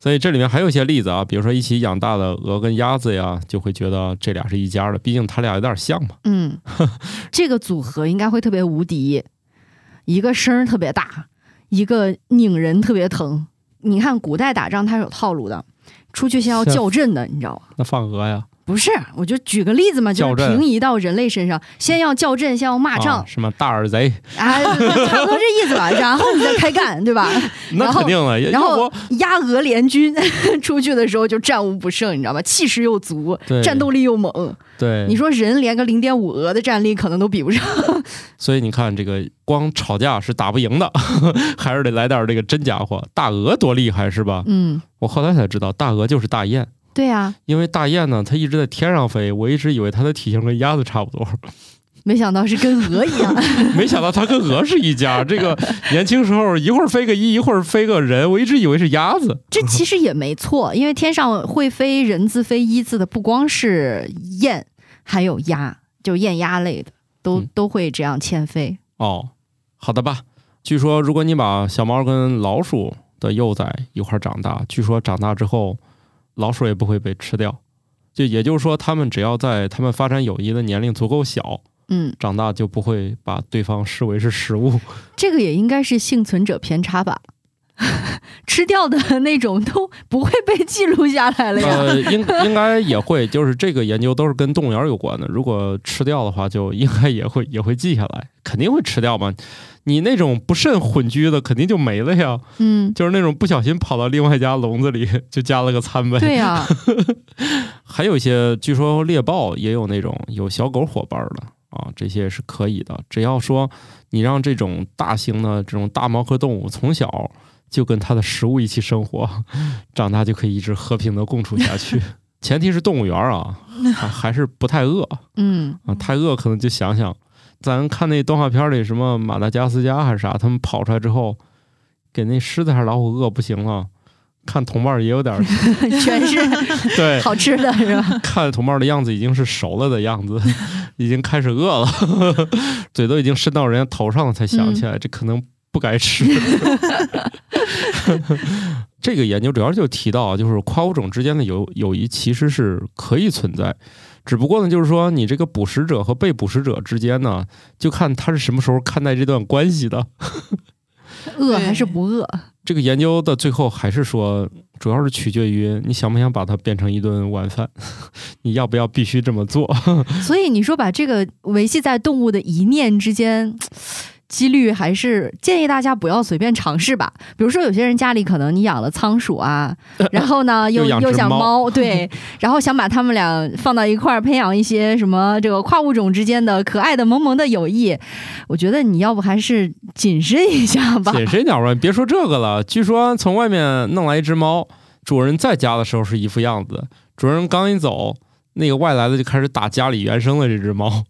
Speaker 1: 所以这里面还有一些例子啊，比如说一起养大的鹅跟鸭子呀，就会觉得这俩是一家的，毕竟它俩有点像嘛。
Speaker 2: 嗯， 这个组合应该会特别无敌，一个声儿特别大，一个拧人特别疼。你看古代打仗它是有套路的，出去先要
Speaker 1: 是
Speaker 2: 校阵的，你知道吗？
Speaker 1: 那放鹅呀，
Speaker 2: 不是，我就举个例子嘛，就
Speaker 1: 校
Speaker 2: 是
Speaker 1: 阵
Speaker 2: 平移到人类身上，先要校阵，先要骂
Speaker 1: 啊
Speaker 2: 仗，
Speaker 1: 什么大 耳贼，
Speaker 2: 哎，差不多这意 思吧。然后你再开干，对吧？
Speaker 1: 那
Speaker 2: 然后
Speaker 1: 肯定了。也
Speaker 2: 然
Speaker 1: 要
Speaker 2: 后
Speaker 1: 不
Speaker 2: 鸭鹅联军 出去的时候就战无不胜，你知道吧？气势又足
Speaker 1: 对，
Speaker 2: 战斗力又猛。
Speaker 1: 对，
Speaker 2: 你说人连个零点五鹅的战力可能都比不 上。
Speaker 1: 所以你看这个光吵架是打不赢的， 还是得来点这个真家伙。大鹅多厉害是吧？
Speaker 2: 嗯，
Speaker 1: 我后来才知道，大鹅就是大雁。
Speaker 2: 对啊，
Speaker 1: 因为大雁呢，它一直在天上飞，我一直以为它的体型跟鸭子差不多，
Speaker 2: 没想到是跟鹅一样。
Speaker 1: 没想到它跟鹅是一家。这个年轻时候一会儿飞个一，一会儿飞个人，我一直以为是鸭子。
Speaker 2: 这其实也没错，因为天上会飞人字飞一字的不光是雁，还有鸭，就雁鸭类的都、
Speaker 1: 嗯
Speaker 2: 都会这样迁飞。
Speaker 1: 哦，好的吧。据说如果你把小猫跟老鼠的幼崽一块儿长大，据说长大之后老鼠也不会被吃掉。就也就是说，它们只要在它们发展友谊的年龄足够小，
Speaker 2: 嗯，
Speaker 1: 长大就不会把对方视为是食物。
Speaker 2: 这个也应该是幸存者偏差吧。 吃掉的那种都不会被记录下来了呀。
Speaker 1: 呃，应应该也会，就是这个研究都是跟动物园儿有关的。如果吃掉的话，就应该也会也会记下来，肯定会吃掉嘛。你那种不慎混居的，肯定就没了呀。
Speaker 2: 嗯，
Speaker 1: 就是那种不小心跑到另外一家笼子里，就加了个餐呗。
Speaker 2: 对呀、
Speaker 1: 还有一些，据说猎豹也有那种有小狗伙伴的啊，这些是可以的。只要说你让这种大型的这种大猫科动物从小就跟它的食物一起生活， 长大就可以一直和平的共处下去。前提是动物园啊，还还是不太饿
Speaker 2: 嗯，
Speaker 1: 啊，太饿可能就想想，咱看那动画片里什么马达加斯加还是啥，他们跑出来之后，给那狮子还是老虎饿不行了，看同伴也有点儿
Speaker 2: 全是
Speaker 1: 对，
Speaker 2: 好吃的是吧？
Speaker 1: 看同伴的样子已经是熟了的样子，已经开始饿了， 嘴都已经伸到人家头上了，才想起来、这可能不该吃。这个研究主要就提到啊，就是跨物种之间的友友谊其实是可以存在，只不过呢，就是说你这个捕食者和被捕食者之间呢，就看他是什么时候看待这段关系的。
Speaker 2: 饿还是不饿？
Speaker 1: 这个研究的最后还是说，主要是取决于你想不想把它变成一顿晚饭， 你要不要必须这么做。
Speaker 2: 所以你说把这个维系在动物的一念之间。几率还是建议大家不要随便尝试吧。比如说，有些人家里可能你养了仓鼠啊，然后呢又
Speaker 1: 又养只
Speaker 2: 想
Speaker 1: 猫
Speaker 2: 猫， 对，然后想把它们俩放到一块儿培养一些什么这个跨物种之间的可爱的萌萌的友谊。我觉得你要不还是谨慎一下吧。
Speaker 1: 谨慎一点吧，别说这个了。据说从外面弄来一只猫，主人在家的时候是一副样子，主人刚一走，那个外来的就开始打家里原生的这只猫。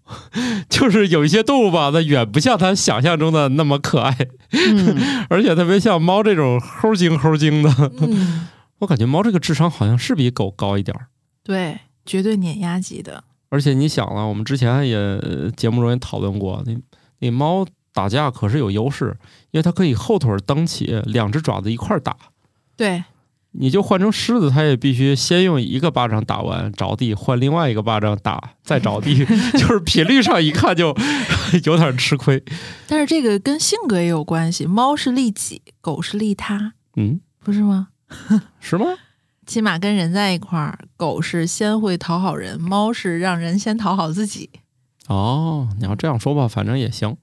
Speaker 1: 就是有一些动物吧，它远不像它想象中的那么可爱，
Speaker 2: 嗯，
Speaker 1: 而且特别像猫这种齁精齁精的。
Speaker 3: 嗯，
Speaker 1: 我感觉猫这个智商好像是比狗高一点儿。
Speaker 3: 对，绝对碾压级的。
Speaker 1: 而且你想了，我们之前也呃节目中也讨论过，那那猫打架可是有优势，因为它可以后腿蹬起，两只爪子一块儿打。
Speaker 3: 对，
Speaker 1: 你就换成狮子，它也必须先用一个巴掌打完着地，换另外一个巴掌打再着 地，就是频率上一看就有点吃亏。
Speaker 3: 但是这个跟性格也有关系。猫是利己，狗是利他，
Speaker 1: 嗯，
Speaker 3: 不是吗？
Speaker 1: 是吗？
Speaker 3: 起码跟人在一块儿，狗是先会讨好人，猫是让人先讨好自己。
Speaker 1: 哦，你要这样说吧，反正也行。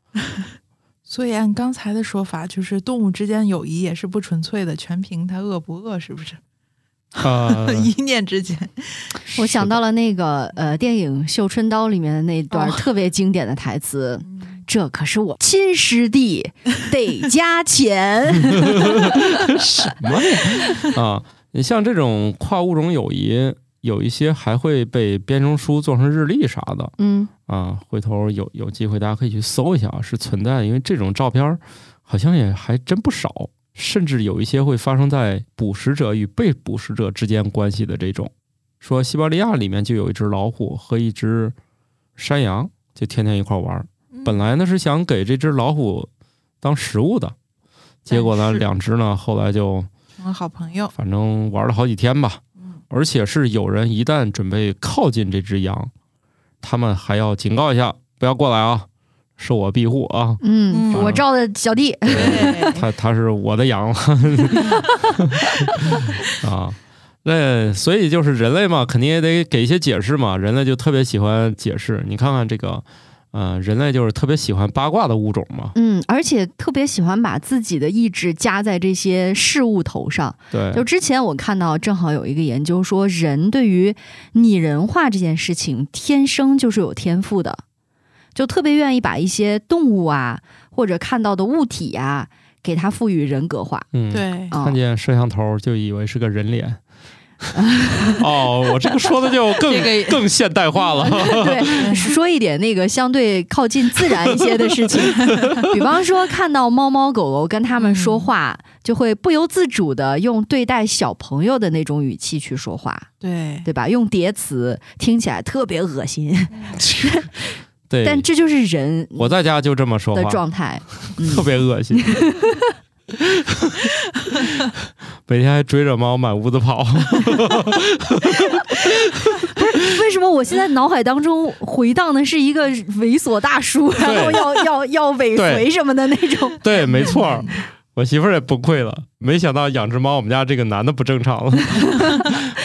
Speaker 3: 所以按刚才的说法，就是动物之间友谊也是不纯粹的，全凭它饿不饿，是不是？，
Speaker 1: 啊
Speaker 3: 一念之间，
Speaker 2: 我想到了那个呃电影《绣春刀》里面的那段
Speaker 3: 哦
Speaker 2: 特别经典的台词。
Speaker 3: 嗯
Speaker 2: 这可是我亲师 弟，得加钱。
Speaker 1: 啊，你像这种跨物种友谊，有一些还会被编成书做成日历啥的
Speaker 2: 嗯，
Speaker 1: 啊。回头有有机会大家可以去搜一下，啊，是存在的，因为这种照片儿好像也还真不少，甚至有一些会发生在捕食者与被捕食者之间关系的这种。说西伯利亚里面就有一只老虎和一只山羊，就天天一块儿玩儿。本来呢是想给这只老虎当食物的，结果呢
Speaker 3: 但是
Speaker 1: 两只呢后来就
Speaker 3: 成嗯了好朋友，
Speaker 1: 反正玩了好几天吧。
Speaker 3: 嗯
Speaker 1: 而且是有人一旦准备靠近这只羊，他们还要警告一下，不要过来啊，受我庇护 啊。
Speaker 2: 嗯，
Speaker 3: 嗯
Speaker 2: 我照的小弟，
Speaker 3: 对，
Speaker 1: 它它是我的 羊了啊。那所以就是人类嘛，肯定也得给一些解释嘛。人类就特别喜欢解释，你看看这个，呃，人类就是特别喜欢八卦的物种嘛。
Speaker 2: 嗯，而且特别喜欢把自己的意志加在这些事物头上。
Speaker 1: 对，
Speaker 2: 就之前我看到正好有一个研究说，人对于拟人化这件事情天生就是有天赋的，就特别愿意把一些动物啊或者看到的物体啊给它赋予人格化。
Speaker 1: 嗯，
Speaker 3: 对，
Speaker 2: 啊
Speaker 1: 看，见摄像头就以为是个人脸。 哦，我这个说的就更、
Speaker 3: 这个也
Speaker 1: 更现代化了。
Speaker 2: 对，说一点那个相对靠近自然一些的事情，比方说看到猫猫狗狗跟它们说
Speaker 1: 嗯
Speaker 2: 话，就会不由自主的用对待小朋友的那种语气去说话，
Speaker 3: 对，
Speaker 2: 对吧？用叠词听起来特别恶心，
Speaker 1: 对，
Speaker 2: 但这就是人
Speaker 1: 我在家就这么说
Speaker 2: 的
Speaker 1: 话，
Speaker 2: 状态。
Speaker 1: 特别恶心。 每天还追着猫满屋子 跑，
Speaker 2: 为什么我现在脑海当中回荡的是一个猥琐大叔，然后要要要尾随什么的那种？
Speaker 1: 对，没错儿，我媳妇儿也崩溃了。没想到养只猫，我们家这个男的不正 常了，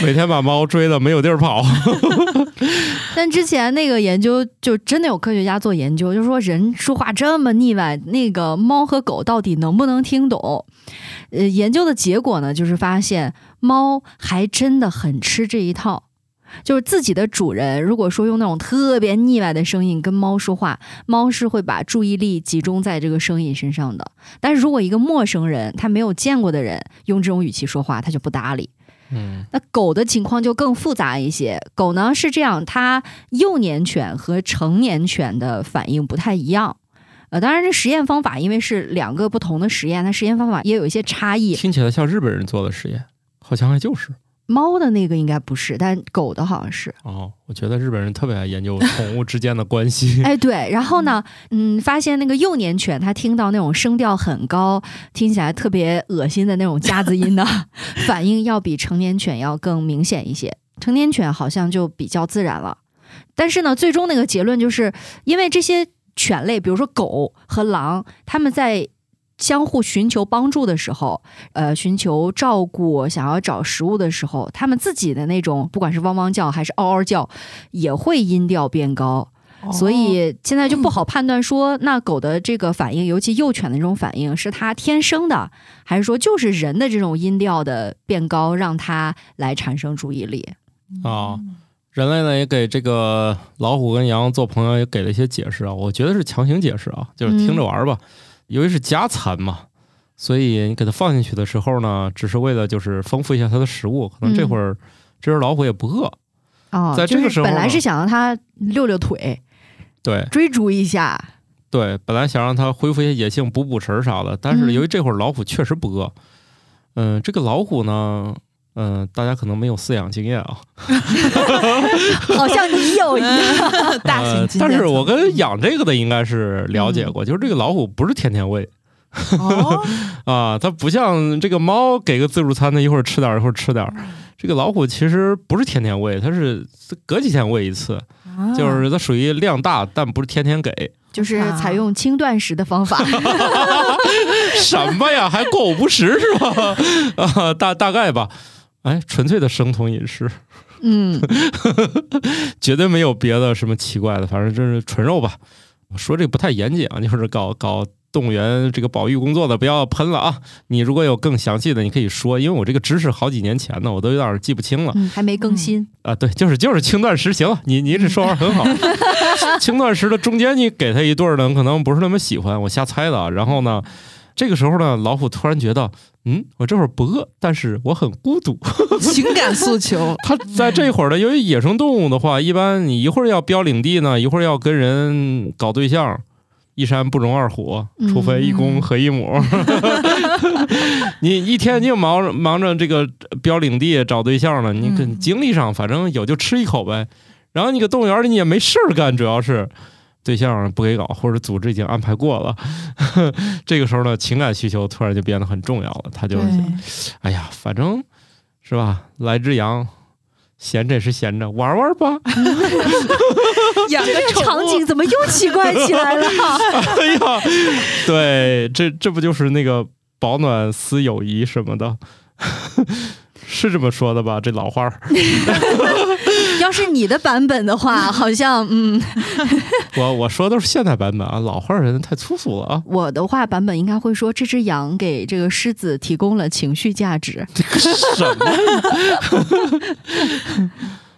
Speaker 1: 每天把猫追的没有地儿跑。
Speaker 2: 但之前那个研究就真的有科学家做研究，就说人说话这么腻歪，那个猫和狗到底能不能听懂？呃，研究的结果呢，就是发现猫还真的很吃这一套。就是自己的主人，如果说用那种特别腻歪的声音跟猫说话，猫是会把注意力集中在这个声音身上的。但是如果一个陌生人，他没有见过的人用这种语气说话，他就不搭理。
Speaker 1: 嗯，
Speaker 2: 那狗的情况就更复杂一些。狗呢是这样，它幼年犬和成年犬的反应不太一样。呃，当然，这实验方法因为是两个不同的实验，它实验方法也有一些差异。
Speaker 1: 听起来像日本人做的实验，好像还就是。
Speaker 2: 猫的那个应该不是，但狗的好像是。
Speaker 1: 哦，我觉得日本人特别爱研究宠物之间的关系。
Speaker 2: 哎，对，然后呢，嗯，发现那个幼年犬，它听到那种声调很高，听起来特别恶心的那种夹子音呢， 反应要比成年犬要更明显一些。成年犬好像就比较自然了，但是呢，最终那个结论就是因为这些犬类，比如说狗和狼，它们在相互寻求帮助的时候，呃，寻求照顾、想要找食物的时候，它们自己的那种不管是汪汪叫还是嗷嗷叫，也会音调变高。
Speaker 3: 哦
Speaker 2: 所以现在就不好判断说那狗的这个反应，尤其幼犬的这种反应是它天生的，还是说就是人的这种音调的变高让它来产生注意力。
Speaker 1: 啊，人类呢也给这个老虎跟羊做朋友，也给了一些解释啊。我觉得是强行解释啊，就是听着玩儿吧。
Speaker 3: 嗯
Speaker 1: 由于是家蚕嘛，所以你给它放进去的时候呢，只是为了就是丰富一下它的食物。可
Speaker 3: 嗯
Speaker 1: 能这会儿这只老虎也不饿，
Speaker 2: 哦，
Speaker 1: 在这个
Speaker 2: 就是
Speaker 1: 时候
Speaker 2: 本来
Speaker 1: 呢
Speaker 2: 是想让它遛遛腿，
Speaker 1: 对
Speaker 2: 追逐一下，
Speaker 1: 对，本来想让它恢复一些野性，补补食儿啥的，但
Speaker 2: 嗯
Speaker 1: 是由于这会儿老虎确实不饿，嗯、这个老虎呢。嗯、大家可能没有饲养经验啊，
Speaker 2: 好像你有一样。
Speaker 3: 大
Speaker 1: 呃
Speaker 3: 型经验层，嗯
Speaker 1: 但是我跟养这个的应该是了解过，就是这个老虎不是天天喂，
Speaker 3: 哦，
Speaker 1: 啊，它不像这个猫给个自助餐，它一会儿吃点儿，一会儿吃点儿。这个老虎其实不是天天喂，它是隔几天喂一次，
Speaker 3: 嗯啊
Speaker 1: 就是它属于量大，但不是天天给。
Speaker 2: 就是采用轻断食的方法，
Speaker 1: 什么呀，还过午不食是吧？ 啊，大大概吧。哎，纯粹的生酮饮食，
Speaker 2: 嗯，
Speaker 1: 绝对没有别的什么奇怪的，反正就是纯肉吧。我说这个不太严谨啊，就是搞搞动物园这个保育工作的不要喷了啊！你如果有更详细的，你可以说，因为我这个知识好几年前呢，我都有点记不清了
Speaker 2: 嗯，还没更新，
Speaker 1: 啊。对，就是就是轻断食行，你你这说法很好。轻断食的中间你给它一对儿呢，可能不是那么喜欢，我瞎猜的啊。然后呢，这个时候呢，老虎突然觉得，嗯，我这会儿不饿，但是我很孤独。，
Speaker 3: 情感诉求
Speaker 1: 它在这会儿呢，由于野生动物的话，一般你一会儿要标领地呢，一会儿要跟人搞对象，一山不容二虎，
Speaker 2: 嗯
Speaker 1: 除非一公和一母。 你一天净忙着忙着这个标领地找对象呢，你跟
Speaker 3: 嗯
Speaker 1: 精力上反正有就吃一口呗。然后你搁动物园里你也没事儿干，主要是对象不给搞，或者组织已经安排过了。 这个时候呢，情感需求突然就变得很重要了， 他就哎呀，反正是吧，来只羊，闲着也是闲着，玩玩吧。
Speaker 3: 养
Speaker 2: 这个场景怎么又奇怪起来 了？
Speaker 1: 哎呀，对，这这不就是那个保暖思友谊什么的， 是这么说的吧？这老话儿，
Speaker 2: 要是你的版本的话，好像嗯，
Speaker 1: 我我说都是现代版本啊，老话儿人太粗俗了 啊。
Speaker 2: 我的话版本应该会说这只羊给这个狮子提供了情绪价值。
Speaker 1: 这个什么呀？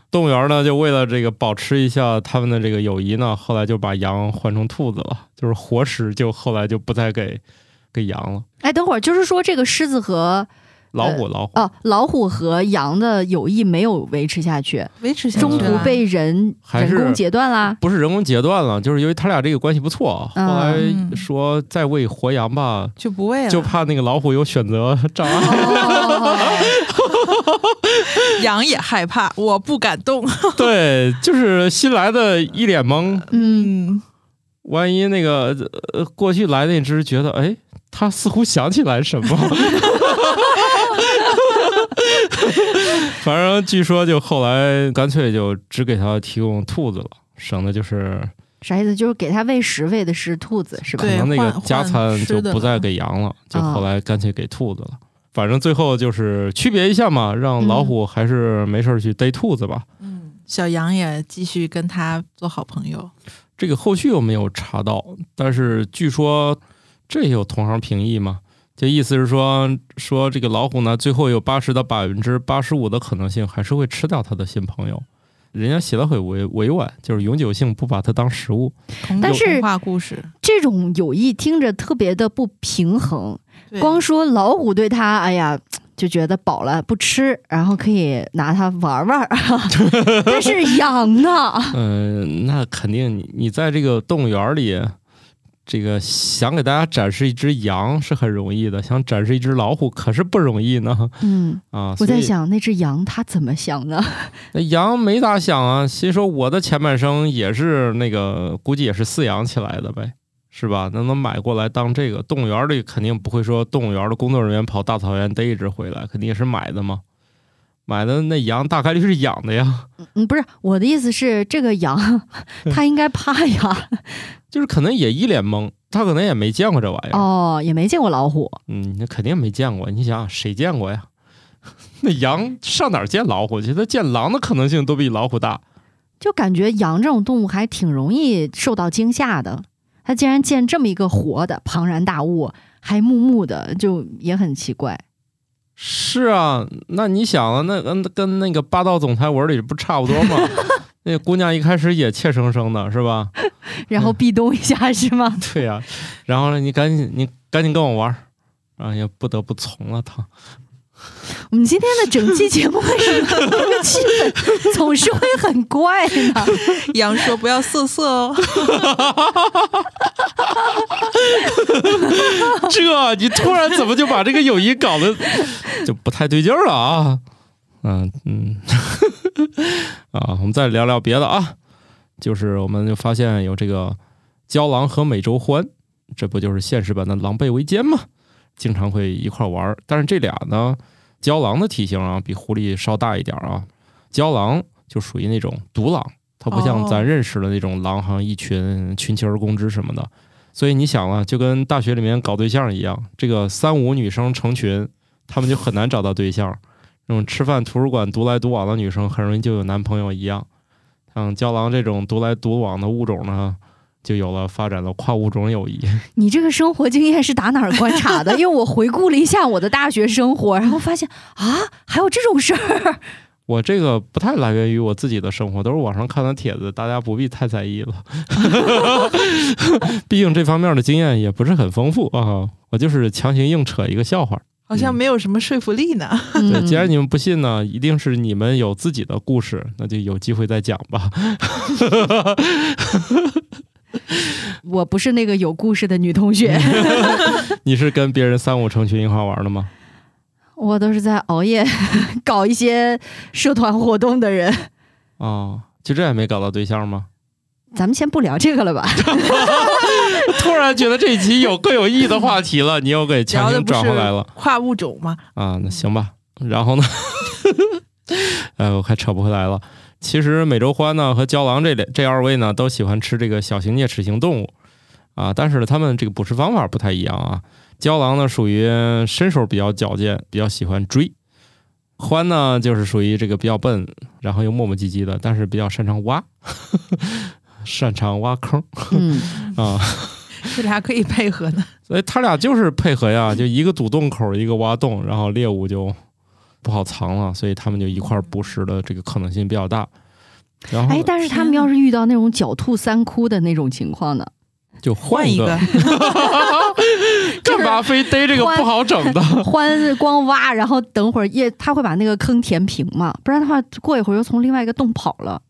Speaker 1: 动物园呢，就为了这个保持一下他们的这个友谊呢，后来就把羊换成兔子了，就是活食，就后来就不再给给羊了。
Speaker 2: 哎，等会儿就是说这个狮子和
Speaker 1: 老虎，老虎，
Speaker 2: 哦老虎和羊的友谊没有维持下去，
Speaker 3: 维持下去
Speaker 2: 中
Speaker 3: 了
Speaker 2: 途被人
Speaker 1: 还是
Speaker 2: 人工截断 啦。
Speaker 1: 不是人工截断了，就是由于他俩这个关系不错，后
Speaker 2: 嗯
Speaker 1: 来说再喂活羊吧，
Speaker 3: 就不喂了，
Speaker 1: 就怕那个老虎有选择障
Speaker 2: 哦
Speaker 1: 碍。
Speaker 3: 羊也害怕，我不敢动。
Speaker 1: 对，就是新来的一脸懵，
Speaker 2: 嗯，
Speaker 3: 嗯，
Speaker 1: 万一那个呃过去来那只觉得，哎，他似乎想起来什么。 反正据说就后来干脆就只给他提供兔子了，省得就是
Speaker 2: 啥意思？就是给它喂食喂的是兔子是吧？
Speaker 1: 可能那
Speaker 3: 换
Speaker 1: 个
Speaker 3: 换
Speaker 1: 加餐就
Speaker 3: 吃的
Speaker 1: 不再
Speaker 3: 了
Speaker 1: 给羊了，就
Speaker 2: 啊
Speaker 1: 后来干脆给兔子了。反正最后就是区别一下嘛，让老
Speaker 2: 嗯
Speaker 1: 虎还是没事儿去逮兔子吧。
Speaker 3: 嗯，小羊也继续跟他做好朋友。
Speaker 1: 这个后续我没有查到，但是据说这也有同行评议嘛，就意思是说说这个老虎呢，最后有八十到百分之八十五的可能性还是会吃掉它的新朋友。人家写的很委委婉，就是永久性不把它当食物。
Speaker 3: 童
Speaker 2: 但
Speaker 3: 有
Speaker 2: 是
Speaker 3: 童话故事，
Speaker 2: 这种友谊听着特别的不平衡，
Speaker 3: 对
Speaker 2: 光说老虎对它，哎呀。就觉得饱了不吃，然后可以拿它玩玩儿， 但是 羊呢？
Speaker 1: 嗯、那肯定你你在这个动物园里，这个想给大家展示一只羊是很容易的，想展示一只老虎可是不容易呢
Speaker 2: 嗯，
Speaker 1: 啊！
Speaker 2: 我在
Speaker 1: 所以
Speaker 2: 想那只羊它怎么想呢？
Speaker 1: 那羊没咋想啊，心说我的前半生也是那个，估计也是饲养起来的呗，是吧？那能买过来当这个，动物园里肯定不会说动物园的工作人员跑大草原逮一只回来，肯定也是买的嘛。买的那羊大概率是养的呀，
Speaker 2: 嗯，不是我的意思是，这个 羊它应该怕呀。
Speaker 1: 就是可能也一脸懵，他可能也没见过这玩意儿。
Speaker 2: 哦，也没见过老虎，
Speaker 1: 嗯，那肯定没见过。你想想，谁见过呀？ 那羊上哪儿见老虎去？它见狼的可能性都比老虎大。
Speaker 2: 就感觉羊这种动物还挺容易受到惊吓的。它竟然见这么一个活的，庞然大物，还木木的，就也很奇怪。
Speaker 1: 是啊，那你想啊，那跟跟那个霸道总裁文里不差不多吗？ 那姑娘一开始也怯生生的，是吧？
Speaker 2: 然后壁咚一下是吗？
Speaker 1: 对呀、然后呢，你赶紧你赶紧跟我玩儿，然后也不得不从了她。
Speaker 2: 我们今天的整期节目为什么这个气氛总是会很怪呢？
Speaker 3: 羊说不要瑟瑟
Speaker 1: 嗯
Speaker 3: 哦，
Speaker 1: 这你突然怎么就把这个友谊搞得就不太对劲儿了啊？嗯嗯， 啊，我们再聊聊别的啊，就是我们就发现有这个郊狼和美洲獾，这不就是现实版的狼狈为奸吗？经常会一块儿玩儿，但是这俩呢，郊狼的体型啊比狐狸稍大一点儿啊，郊狼就属于那种独狼，它不像
Speaker 3: 哦
Speaker 1: 咱认识的那种狼，好像一群群起而攻之什么的。所以你想啊，就跟大学里面搞对象一样，这个三五女生成群，她们就很难找到对象。那种吃饭图书馆独来独往的女生，很容易就有男朋友一样。像郊狼这种独来独往的物种呢，就有了发展了跨物种友谊。
Speaker 2: 你这个生活经验是打哪儿观察的？因为我回顾了一下我的大学生活，然后发现啊，还有这种事儿。
Speaker 1: 我这个不太来源于我自己的生活，都是网上看的帖子，大家不必太在意了。 毕竟这方面的经验也不是很丰富啊。我就是强行硬扯一个笑话。
Speaker 3: 好像没有什么说服力呢。
Speaker 1: 对，既然
Speaker 2: 你
Speaker 1: 你们不信呢，一定是你们有自己的故事，那就有机会再讲吧。
Speaker 2: 我不是那个有故事的女同 学，
Speaker 1: 你是跟别人三五成群一块玩的吗？
Speaker 2: 我都是在熬夜 搞一些社团活动的人。
Speaker 1: 哦，就这也没搞到对象吗？
Speaker 2: 咱们先不聊这个了吧？
Speaker 1: 突然觉得这一集有更有意义的话题了，你又给强
Speaker 3: 聊的
Speaker 1: 行
Speaker 3: 不
Speaker 1: 转
Speaker 3: 是
Speaker 1: 回来了
Speaker 3: 跨物种吗？
Speaker 1: 啊！那行吧，然后呢？ 哎，我快扯不回来了。其实美洲獾呢和郊狼这两这二位呢都喜欢吃这个小型啮齿型动物啊，但是呢，他们这个捕食方法不太一样啊。郊狼呢属于身手比较矫健，比较喜欢追；獾呢就是属于这个比较笨，然后又磨磨唧唧的，但是比较擅长挖， 擅长挖坑
Speaker 2: 嗯，
Speaker 1: 啊。
Speaker 3: 这俩可以配合呢。
Speaker 1: 所以他俩就是配合呀，就一个堵洞口，一个挖洞，然后猎物就不好藏了，所以他们就一块儿捕食的这个可能性比较大。然
Speaker 2: 哎
Speaker 1: 后，
Speaker 2: 但是他们要是遇到那种狡兔三窟的那种情况呢？
Speaker 1: 就
Speaker 3: 换
Speaker 1: 换
Speaker 3: 一
Speaker 1: 个
Speaker 3: 个，，
Speaker 1: 干嘛非逮这个不好整的？
Speaker 2: 欢光挖，然后等会儿也他会把那个坑填平嘛，不然的话过一会儿又从另外一个洞跑了。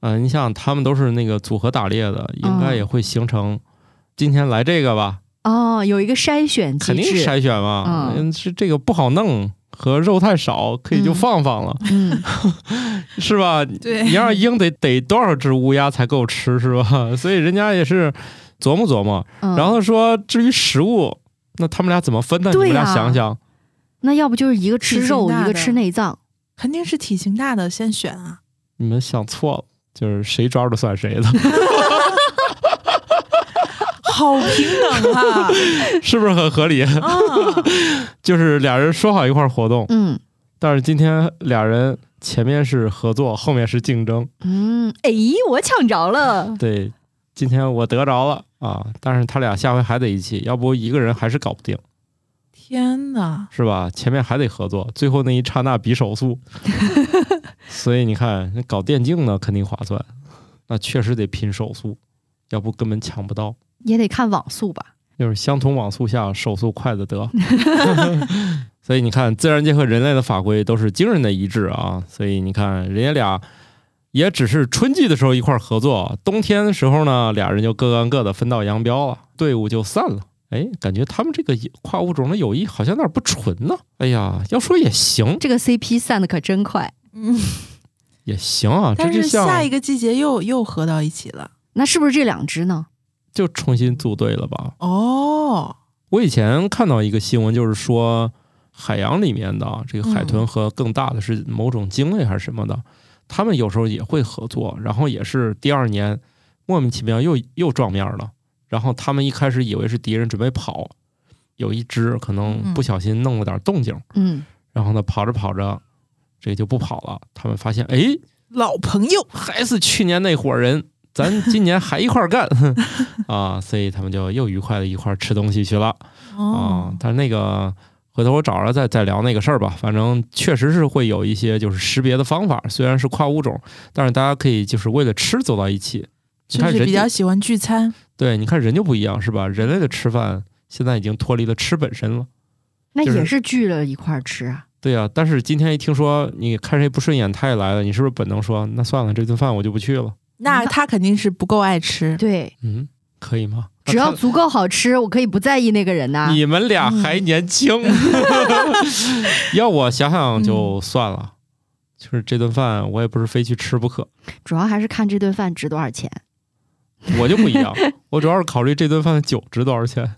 Speaker 1: 嗯，你想，他们都是那个组合打猎的，应该也会形成今天来这个吧，
Speaker 2: 哦，有一个筛选机
Speaker 1: 肯定
Speaker 2: 制，
Speaker 1: 筛选嘛。
Speaker 2: 嗯
Speaker 1: 嗯，是这个不好弄和肉太少，可以就
Speaker 2: 嗯
Speaker 1: 放放了，
Speaker 2: 嗯，
Speaker 1: 是吧？你
Speaker 3: 对，
Speaker 1: 要是鹰得逮多少只乌鸦才够吃是吧？所以人家也是琢磨琢磨，
Speaker 2: 嗯
Speaker 1: 然后说至于食物，那他们俩怎么分呢？你
Speaker 2: 对
Speaker 1: 们俩
Speaker 2: 呀
Speaker 1: 想想，
Speaker 2: 那要不就是一个吃肉，
Speaker 3: 挺大
Speaker 2: 一
Speaker 3: 的
Speaker 2: 个吃内脏。
Speaker 3: 肯定是体型大的先选啊。
Speaker 1: 你们想错了，就是谁抓住算谁的，
Speaker 3: 好平等 啊！
Speaker 1: 是不是很合理？
Speaker 3: 啊，
Speaker 1: 就是俩人说好一块儿活动，
Speaker 2: 嗯
Speaker 1: 但是今天俩人前面是合作，后面是竞争。
Speaker 2: 嗯，哎，我抢着了。
Speaker 1: 对，今天我得着了啊，但是他俩下回还得一起，要不一个人还是搞不定，
Speaker 3: 天哪！
Speaker 1: 是吧？前面还得合作，最后那一刹那比 手速。所以你看，那搞电竞呢肯定划算，那确实得拼手速，要不根本抢不到。
Speaker 2: 也得看网速吧。
Speaker 1: 就是相同网速下手速快的得。 所以你看，自然界和人类的法规都是惊人的一致啊。所以你看，人家俩也只是春季的时候一块儿合作，冬天的时候呢，俩人就各干各的，分道扬镳了，队伍就散了。哎，感觉他们这个跨物种的友谊好像有点不纯呢。哎呀，要说也行，
Speaker 2: 这个 CP 散的可真快。
Speaker 3: 嗯，
Speaker 1: 也行啊，这
Speaker 3: 但
Speaker 1: 就是
Speaker 3: 下一
Speaker 1: 像
Speaker 3: 个季节又又合到一起了。
Speaker 2: 那是不是这两只呢？
Speaker 1: 就重新组队了吧？
Speaker 3: 哦，
Speaker 1: 我以前看到一个新闻，就是说海洋里面的啊这个海豚和更大的是某种鲸类还是什么的，他们有时候也会合作，然后也是第二年莫名其妙又又撞面了，然后他们一开始以为是敌人准备跑，有一只可能
Speaker 3: 嗯
Speaker 1: 不小心弄了点动静，
Speaker 2: 嗯，
Speaker 1: 然后呢跑着跑着这就不跑了，他们发现哎
Speaker 3: 老朋友，
Speaker 1: 还是去年那伙人。咱今年还一块儿干 啊，所以他们就又愉快的一块儿吃东西去了。啊，
Speaker 3: 哦
Speaker 1: 但是那个回头我找着再再聊那个事儿吧。反正确实是会有一些就是识别的方法，虽然是跨物种，但是大家可以就是为了吃走到一起。你
Speaker 3: 就
Speaker 1: 看
Speaker 3: 是
Speaker 1: 人
Speaker 3: 比较喜欢聚餐。
Speaker 1: 对，你看人就不一样是吧？人类的吃饭现在已经脱离了吃本身了。
Speaker 2: 那
Speaker 1: 就是
Speaker 2: 也是聚了一块儿吃啊。
Speaker 1: 对呀、但是今天一听说你看谁不顺眼，他也来了，你是不是本能说那算了，这顿饭我就不去了？
Speaker 3: 那他肯定是不够爱吃，
Speaker 2: 对，
Speaker 1: 嗯，可以吗？
Speaker 2: 只要足够好吃，我可以不在意那个人呐、
Speaker 1: 你们俩还年轻，要我想想就算了。就是这顿饭，我也不是非去吃不可。
Speaker 2: 主要还是看这顿饭值多少 钱。
Speaker 1: 我就不一样，我主要是考虑这顿饭的酒值多少钱。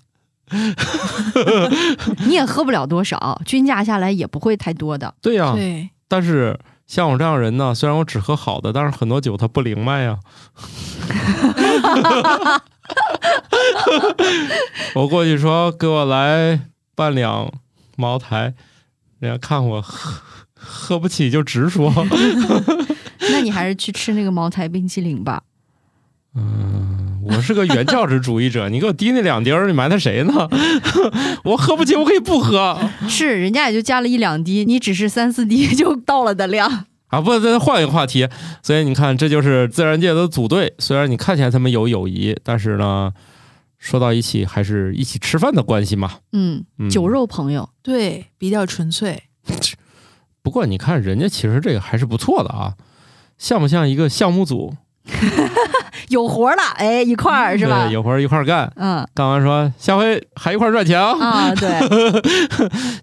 Speaker 2: 你也喝不了多少，均价下来也不会太多 的。
Speaker 1: 对呀、
Speaker 3: 对，
Speaker 1: 但是像我这样的人呢，虽然我只喝好的，但是很多酒它不灵脉呀。我过去说给我来半两茅台，人家看我喝喝不起就直说。
Speaker 2: 那你还是去吃那个茅台冰淇淋吧。
Speaker 1: 我是个原教旨主义者，你给 我滴那两滴儿，你埋汰谁呢？ 我喝不起，我可以不喝
Speaker 2: 是人家也就加了一两滴，你只是三四滴就到了的量。
Speaker 1: 啊！不，再换一个话题。所以你看，这就是自然界的组队。虽然你看起来他们有友谊，但是呢，说到一起还是一起吃饭的关系嘛。
Speaker 2: 嗯，
Speaker 1: 嗯、
Speaker 2: 酒肉朋友，
Speaker 3: 对，比较纯粹。
Speaker 1: 不过你看，人家其实这个还是不错的啊，像不像一个项目组
Speaker 2: 有活了，哎，一块儿是吧
Speaker 1: 对，？有活儿一块儿干，
Speaker 2: 嗯
Speaker 1: 干完说下回还一块儿赚钱啊，
Speaker 2: 啊，对，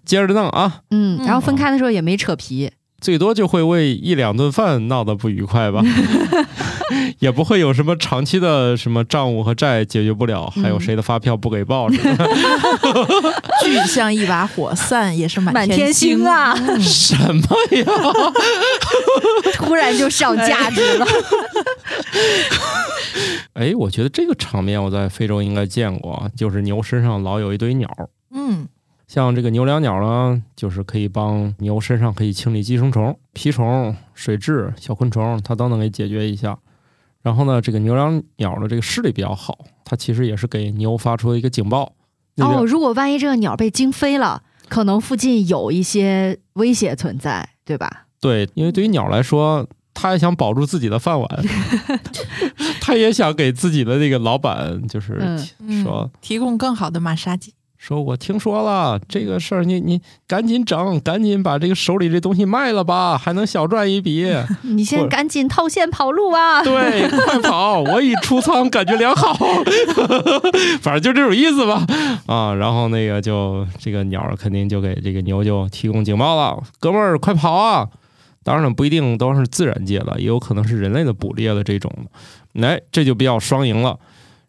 Speaker 1: 接着弄啊，
Speaker 2: 嗯，然后分开的时候也没扯皮，
Speaker 1: 最多就会为一两顿饭闹得不愉快 吧，也不会有什么长期的什么账务和债解决不了，还有谁的发票不给报什 么的
Speaker 3: 聚像一把火，散也是
Speaker 2: 满
Speaker 3: 满
Speaker 2: 天
Speaker 3: 星
Speaker 2: 星！啊，
Speaker 1: 什么呀？
Speaker 2: 突然就上价值了。
Speaker 1: 哎，我觉得这个场面我在非洲应该见过啊，就是牛身上老有一堆鸟，
Speaker 3: 嗯，
Speaker 1: 像这个牛椋鸟呢，就是可以帮牛身上可以清理寄生虫、蜱虫、水蛭、小昆虫，它都能给解决一下。然后呢，这个牛椋鸟的这个视力比较好，它其实也是给牛发出了一个警报。那
Speaker 2: 哦，
Speaker 1: 边
Speaker 2: 如果万一这个鸟被惊飞了，可能附近有一些威胁存在，对 吧？
Speaker 1: 对，因为对于鸟来说，它也想保住自己的饭碗， 它也想给自己的那个老板，就是
Speaker 2: 嗯
Speaker 3: 嗯
Speaker 1: 说、
Speaker 3: 提供更好的马杀鸡。
Speaker 1: 说我听说了这个事儿，你你赶紧整，赶紧把这个手里这东西卖了吧，还能小赚一笔。
Speaker 2: 你先
Speaker 1: 我
Speaker 2: 赶紧套现跑路啊！
Speaker 1: 对，快跑！我已出仓，感觉良好。 反正就这种意思吧。啊，然后那个就这个鸟儿肯定就给这个牛就提供警报了，哥们儿快跑啊！当然了，不一定都是自然界的，也有可能是人类的捕猎的这种的。哎，这就比较双赢了。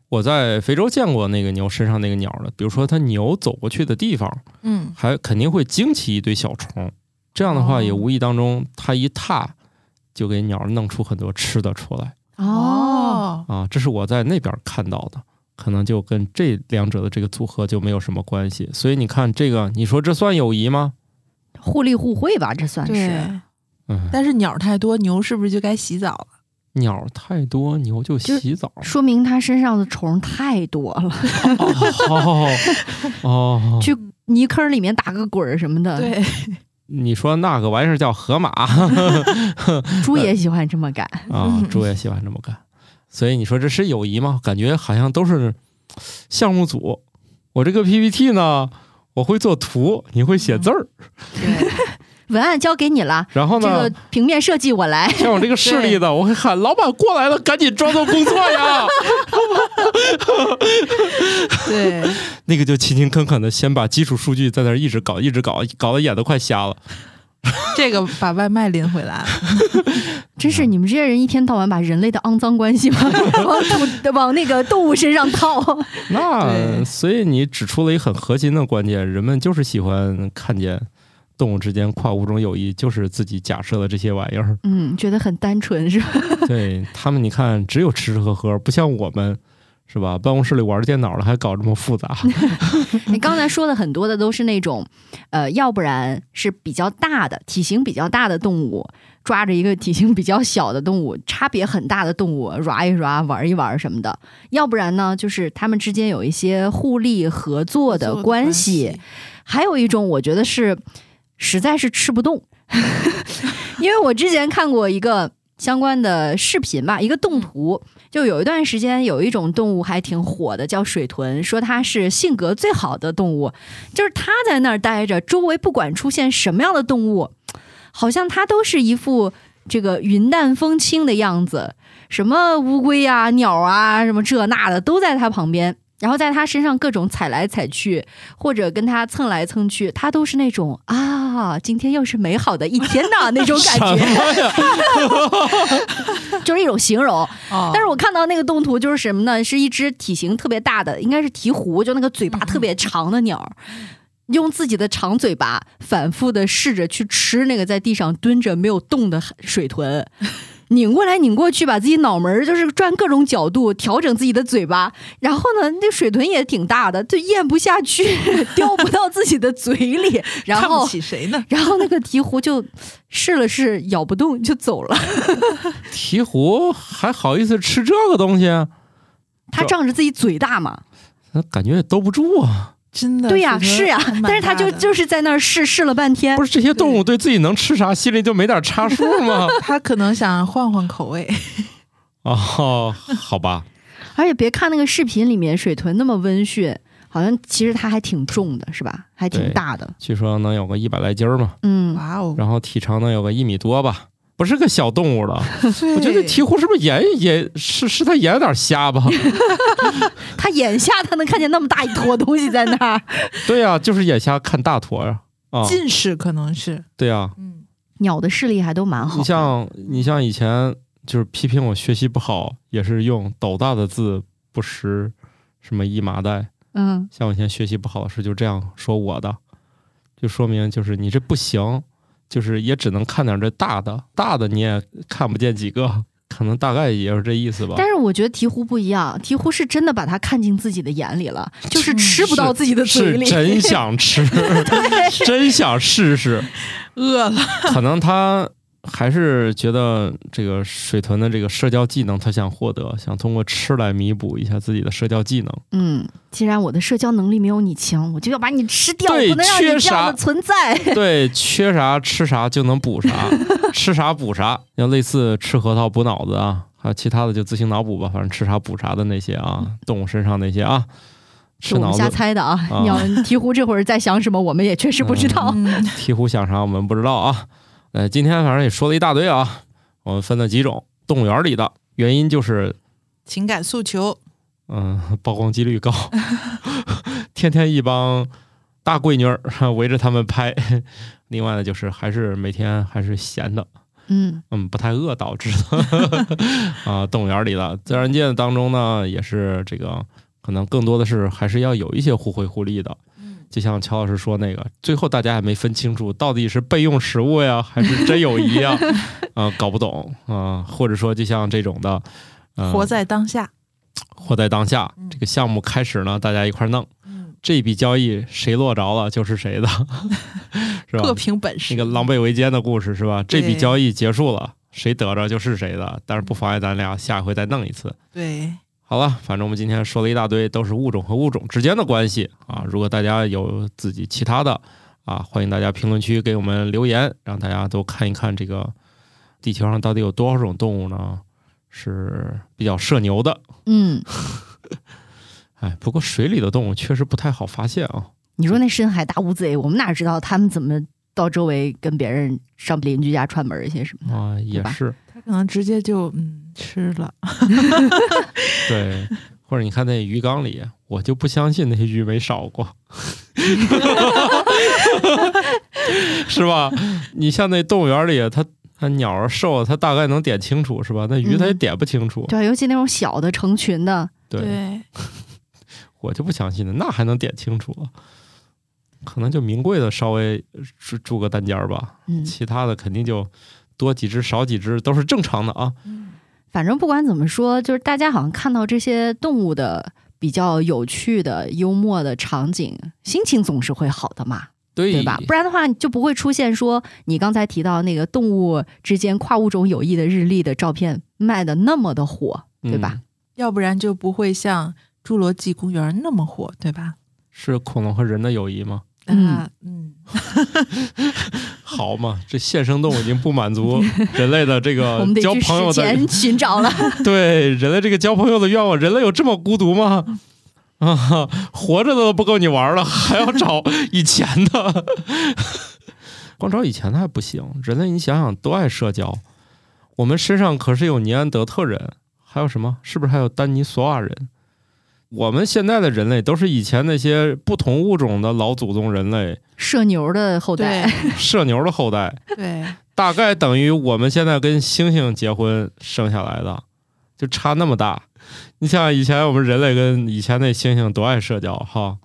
Speaker 1: 我在非洲见过那个牛身上那个鸟儿的，比如说它牛走过去的地方，
Speaker 3: 嗯，
Speaker 1: 还肯定会惊起一堆小虫。这样的话，
Speaker 3: 哦
Speaker 1: 也无意当中它一踏，就给鸟儿弄出很多吃的出来
Speaker 2: 哦，，
Speaker 1: 啊。这是我在那边看到的，可能就跟这两者的这个组合就没有什么关系。所以你看，这个你说这算友谊吗？
Speaker 2: 互利互惠吧，这算是。
Speaker 3: 对。
Speaker 1: 嗯，
Speaker 3: 但是鸟儿太多，牛是不是就该洗澡了？
Speaker 1: 鸟儿太多，牛就
Speaker 2: 就
Speaker 1: 洗澡。
Speaker 2: 说明它身上的虫太多了，
Speaker 1: 哦哦哦，
Speaker 2: 去泥坑里面打个滚儿什么的。，
Speaker 3: 对，
Speaker 1: 你说那个玩意儿叫 河马
Speaker 2: 猪也喜欢这么干。
Speaker 1: 啊，猪也喜欢这么干。所以你说这是友谊吗？感觉好像都是项目组。我这个 PPT 呢，我会做图，你会写字
Speaker 2: 嗯
Speaker 1: 儿，
Speaker 3: 对，
Speaker 2: 文案交给你了，
Speaker 1: 然后
Speaker 2: 这
Speaker 1: 呢，
Speaker 2: 个平面设计我 来。
Speaker 1: 像我这个视力的，我会喊老板过来了，赶紧装作工作呀。
Speaker 3: 对，
Speaker 1: 那个就勤勤恳恳的先把基础数据在那儿一直搞，一直搞，搞得眼都快瞎了。
Speaker 3: 这个把外卖拎回来了。
Speaker 2: 真是你们这些人一天到晚把人类的肮脏关系往往动往那个动物身上套。。
Speaker 1: 那
Speaker 3: 对
Speaker 1: 所以你指出了一个很核心的关键，人们就是喜欢看见动物之间跨物种友谊，就是自己假设的这些玩意儿
Speaker 2: 嗯，觉得很单纯是吧？
Speaker 1: 对他们，你看只有吃吃喝喝，不像我们。是吧？办公室里玩电脑了，还搞这么复杂？
Speaker 2: 你刚才说的很多的都是那种，呃，要不然是比较大的体型比较大的动物，抓着一个体型比较小的动物，差别很大的动物抓一抓、玩一玩什么的；要不然呢，就是他们之间有一些互利合作的关系。还有一种，我觉得是实在是吃不动， 因为我之前看过一个相关的视频吧，一个动图，就有一段时间有一种动物还挺火的，叫水豚，说它是性格最好的动物，就是它在那儿待着，周围不管出现什么样的动物，好像它都是一副这个云淡风轻的样子，什么乌龟啊、鸟啊、什么这那的都在它旁边。然后在它身上各种踩来踩去，或者跟它蹭来蹭去，它都是那种啊，今天又是美好的一天呐那种感觉。
Speaker 1: 什么呀？
Speaker 2: 就是一种形容。
Speaker 3: 哦，
Speaker 2: 但是我看到那个动图就是什么呢？是一只体型特别大的，应该是鹈鹕，就那个嘴巴特别长的鸟儿。
Speaker 3: 嗯
Speaker 2: 用自己的长嘴巴反复的试着去吃那个在地上蹲着没有动的水豚， 拧过来拧过去，把自己脑门儿就是转各种角度调整自己的嘴巴，然后呢，那水豚也挺大的，就咽不下去， 叼不到自己的嘴 里，然
Speaker 3: 看不
Speaker 2: 后
Speaker 3: 起谁呢？
Speaker 2: 然后那个鹈鹕就试了试，咬不动就走了。
Speaker 1: 鹈鹕还好意思吃这个东西？啊
Speaker 2: 他仗着自己嘴大嘛，
Speaker 1: 那感觉也兜不住啊。
Speaker 3: 真的
Speaker 2: 对呀、
Speaker 3: 觉得
Speaker 2: 是呀、
Speaker 3: 还蛮
Speaker 2: 但是他就
Speaker 3: 大的
Speaker 2: 就是在那儿试试了半天
Speaker 1: 不，是这些动物对自己能吃啥心里就没点差数吗？
Speaker 3: 他可能想换换口 味，
Speaker 1: 哦，好吧，
Speaker 2: 而且别看那个视频里面水豚那么温驯，好像其实它还挺重的，是吧？还挺
Speaker 1: 对
Speaker 2: 大的，
Speaker 1: 据说能有个一百来斤儿嘛，
Speaker 2: 嗯，
Speaker 3: 哇哦！
Speaker 1: 然后体长能有个一米多吧，不是个小动物了。
Speaker 3: 我
Speaker 1: 我觉得鹈鹕是不是眼也是是他眼有点瞎吧？
Speaker 2: 他眼下他能看见那么大一坨东西在那儿，
Speaker 1: 对呀、就是眼瞎看大坨呀、啊。
Speaker 3: 近视可能是，
Speaker 1: 对呀、
Speaker 3: 嗯，
Speaker 2: 鸟的视力还都蛮好
Speaker 1: 你
Speaker 2: 的。
Speaker 1: 像你像以前就是批评我学习不好，也是用斗大的字不识什么一麻袋。
Speaker 2: 嗯，
Speaker 1: 像我以前学习不好的时候就这样说我的，就说明就是你这不行，就是也只能看点这大的，大的你也看不见几个，可能大概也是这意思吧。
Speaker 2: 但是我觉得鹈鹕不一样，鹈鹕是真的把它看进自己的眼里了，就是吃不到自己的嘴
Speaker 1: 嗯是
Speaker 2: 里。
Speaker 1: 真 想吃， 真想试试。
Speaker 3: 饿了，
Speaker 1: 可能他还是觉得这个水豚的这个社交技能，他想获得，想通过吃来弥补一下自己的社交技 能。
Speaker 2: 嗯，既然我的社交能力没有你强，我就要把你吃掉，
Speaker 1: 对
Speaker 2: 不能让你
Speaker 1: 缺
Speaker 2: 这样
Speaker 1: 啥
Speaker 2: 的存在。
Speaker 1: 对，缺啥吃啥就能 补啥，吃啥补啥，像类似吃核桃补脑子啊，还有其他的就自行脑补吧，反正吃啥补啥的那些啊，动物身上那些啊，
Speaker 2: 是
Speaker 1: 吃
Speaker 2: 我
Speaker 1: 脑
Speaker 2: 们
Speaker 1: 子
Speaker 2: 瞎。猜的啊
Speaker 1: 啊！
Speaker 2: 鸟鹈鹕这会儿在想什么，我们也确实不知道。
Speaker 3: 嗯，
Speaker 1: 鹈鹕呃想啥我们不知道啊。呃，今天反正也说了一大堆啊，我们分了几种动物园里的原因就是，
Speaker 3: 情感诉求，
Speaker 1: 嗯、 曝光几率高，天天一帮大闺女儿 围着他们拍。另外呢，就是还是每天还是闲的，
Speaker 2: 嗯，
Speaker 1: 嗯，不太饿导致的 啊。动物园里的自然界当中呢，也是这个可能更多的是还是要有一些互惠互利的。
Speaker 3: 嗯
Speaker 1: 就像乔老师说那个，最后大家还没分清楚到底是备用食物呀，还是真友谊呀， 啊、搞不懂啊、或者说就像这种的，呃、
Speaker 3: 活在当下，
Speaker 1: 活在当下
Speaker 3: 嗯，
Speaker 1: 这个项目开始呢，大家一块儿弄
Speaker 3: 嗯，
Speaker 1: 这笔交易谁落着了就是谁的， 是吧？
Speaker 3: 各凭本事。
Speaker 1: 那个狼狈为奸的故事是吧？这笔
Speaker 3: 对
Speaker 1: 交易结束了，谁得着就是谁的，但是不妨碍咱俩下一回再弄一次。
Speaker 3: 对，
Speaker 1: 好了，反正我们今天说了一大堆，都是物种和物种之间的关系啊。如果大家有自己其他的啊，欢迎大家评论区给我们留言，让大家都看一看这个地球上到底有多少种动物呢？是比较社牛的。
Speaker 2: 嗯，
Speaker 1: 哎，不过水里的动物确实不太好发现啊。
Speaker 2: 你说那深海大乌贼，我们哪知道他们怎么到周围跟别人上邻居家串门儿去什么的？
Speaker 1: 啊，也
Speaker 2: 对吧
Speaker 1: 是
Speaker 3: 他可能直接就嗯吃了，
Speaker 1: 对，或者你看那鱼缸里，我就不相信那些鱼没少过， 是吧？你像那动物园里，它它鸟儿瘦，它大概能点清楚，是吧？那鱼它也
Speaker 2: 嗯
Speaker 1: 点不清楚，
Speaker 2: 对啊，尤其那种小的成群的，
Speaker 1: 对我就不相信的，那还能点清楚？可能就名贵的稍微住住个单间儿吧，
Speaker 2: 嗯，
Speaker 1: 其他的肯定就多几只少几只都是正常的啊。
Speaker 2: 反正不管怎么说，就是大家好像看到这些动物的比较有趣的、幽默的场景，心情总是会好的嘛，
Speaker 1: 对
Speaker 2: 对吧？不然的话，就不会出现说你刚才提到那个动物之间跨物种友谊的日历的照片卖的那么的火，对吧？
Speaker 1: 嗯
Speaker 3: 要不然就不会像侏罗纪公园那么火，对吧？
Speaker 1: 是恐龙和人的友谊吗？
Speaker 2: 嗯
Speaker 3: 啊嗯，
Speaker 1: 好嘛，这现生动物已经不 满足人类的这
Speaker 2: 我
Speaker 1: 个
Speaker 2: 们得
Speaker 1: 呃交
Speaker 2: 去
Speaker 1: 朋友
Speaker 2: 史
Speaker 1: 的
Speaker 2: 前寻找了。
Speaker 1: 对人类这个交朋友的愿望，人类有这么孤独吗？ 啊，活着的都不够你玩了，还要找以前的， 光找以前的还不行。人类，你想想，多爱社交，我们身上可是有尼安德特人，还有什么？是不是还有丹尼索瓦人？我们现在的人类都是以前那些不同物种的老祖宗人类，
Speaker 2: 社牛的后
Speaker 3: 对
Speaker 2: 代，
Speaker 1: 社牛的后代。
Speaker 3: 对，
Speaker 1: 大概等于我们现在跟猩猩结婚生下来的，就差那么大。你想想以前我们人类跟以前那猩猩多爱社交哈，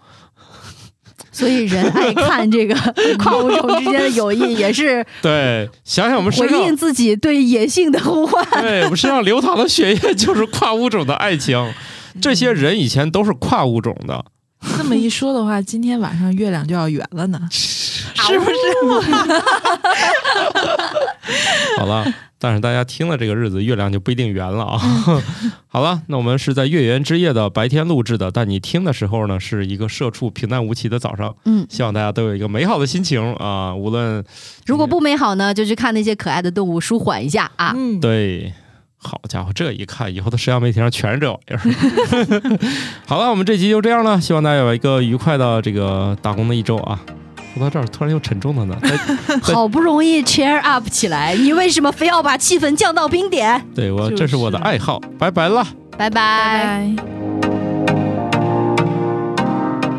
Speaker 2: 所以人爱看这 个跨物种之间的友谊，也是
Speaker 1: 对，想想我们
Speaker 2: 回
Speaker 1: 身上
Speaker 2: 应自己对野性的呼唤。
Speaker 1: 对我们身上流淌的血液就是跨物种的爱情，这些人以前都是跨物种的，
Speaker 3: 这么一说的话，今天晚上月亮就要圆 了呢。
Speaker 1: 是不是？好了，但是大家听了这个日子，月亮就不一定圆了啊。 好了，那我们是在月圆之夜的白天录制的，但你听的时候呢，是一个社畜平淡无奇的早上。
Speaker 5: 嗯，
Speaker 1: 希望大家都有一个美好的心情啊，无论
Speaker 5: 如果不美好呢，就去看那些可爱的动物，舒缓一下啊。
Speaker 3: 嗯，
Speaker 1: 对，好家伙，这一看以后的社交媒体上全是这玩 意儿。好了，我们这集就这样了，希望大家有一个愉快的这个打工的一周啊。说到这儿，突然又沉重 了呢。但对
Speaker 5: 好不容易 cheer up 起来，你为什么非要把气氛降到冰点？
Speaker 1: 对我，
Speaker 3: 就
Speaker 1: 这是我的
Speaker 3: 是
Speaker 1: 爱好，拜拜了。
Speaker 5: 拜
Speaker 3: 拜
Speaker 5: 拜。
Speaker 3: 拜。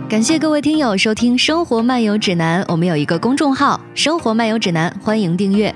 Speaker 2: 感谢各位听友收听《生活漫游指南》，我们有一个公众号《生活漫游指南》，欢迎订阅。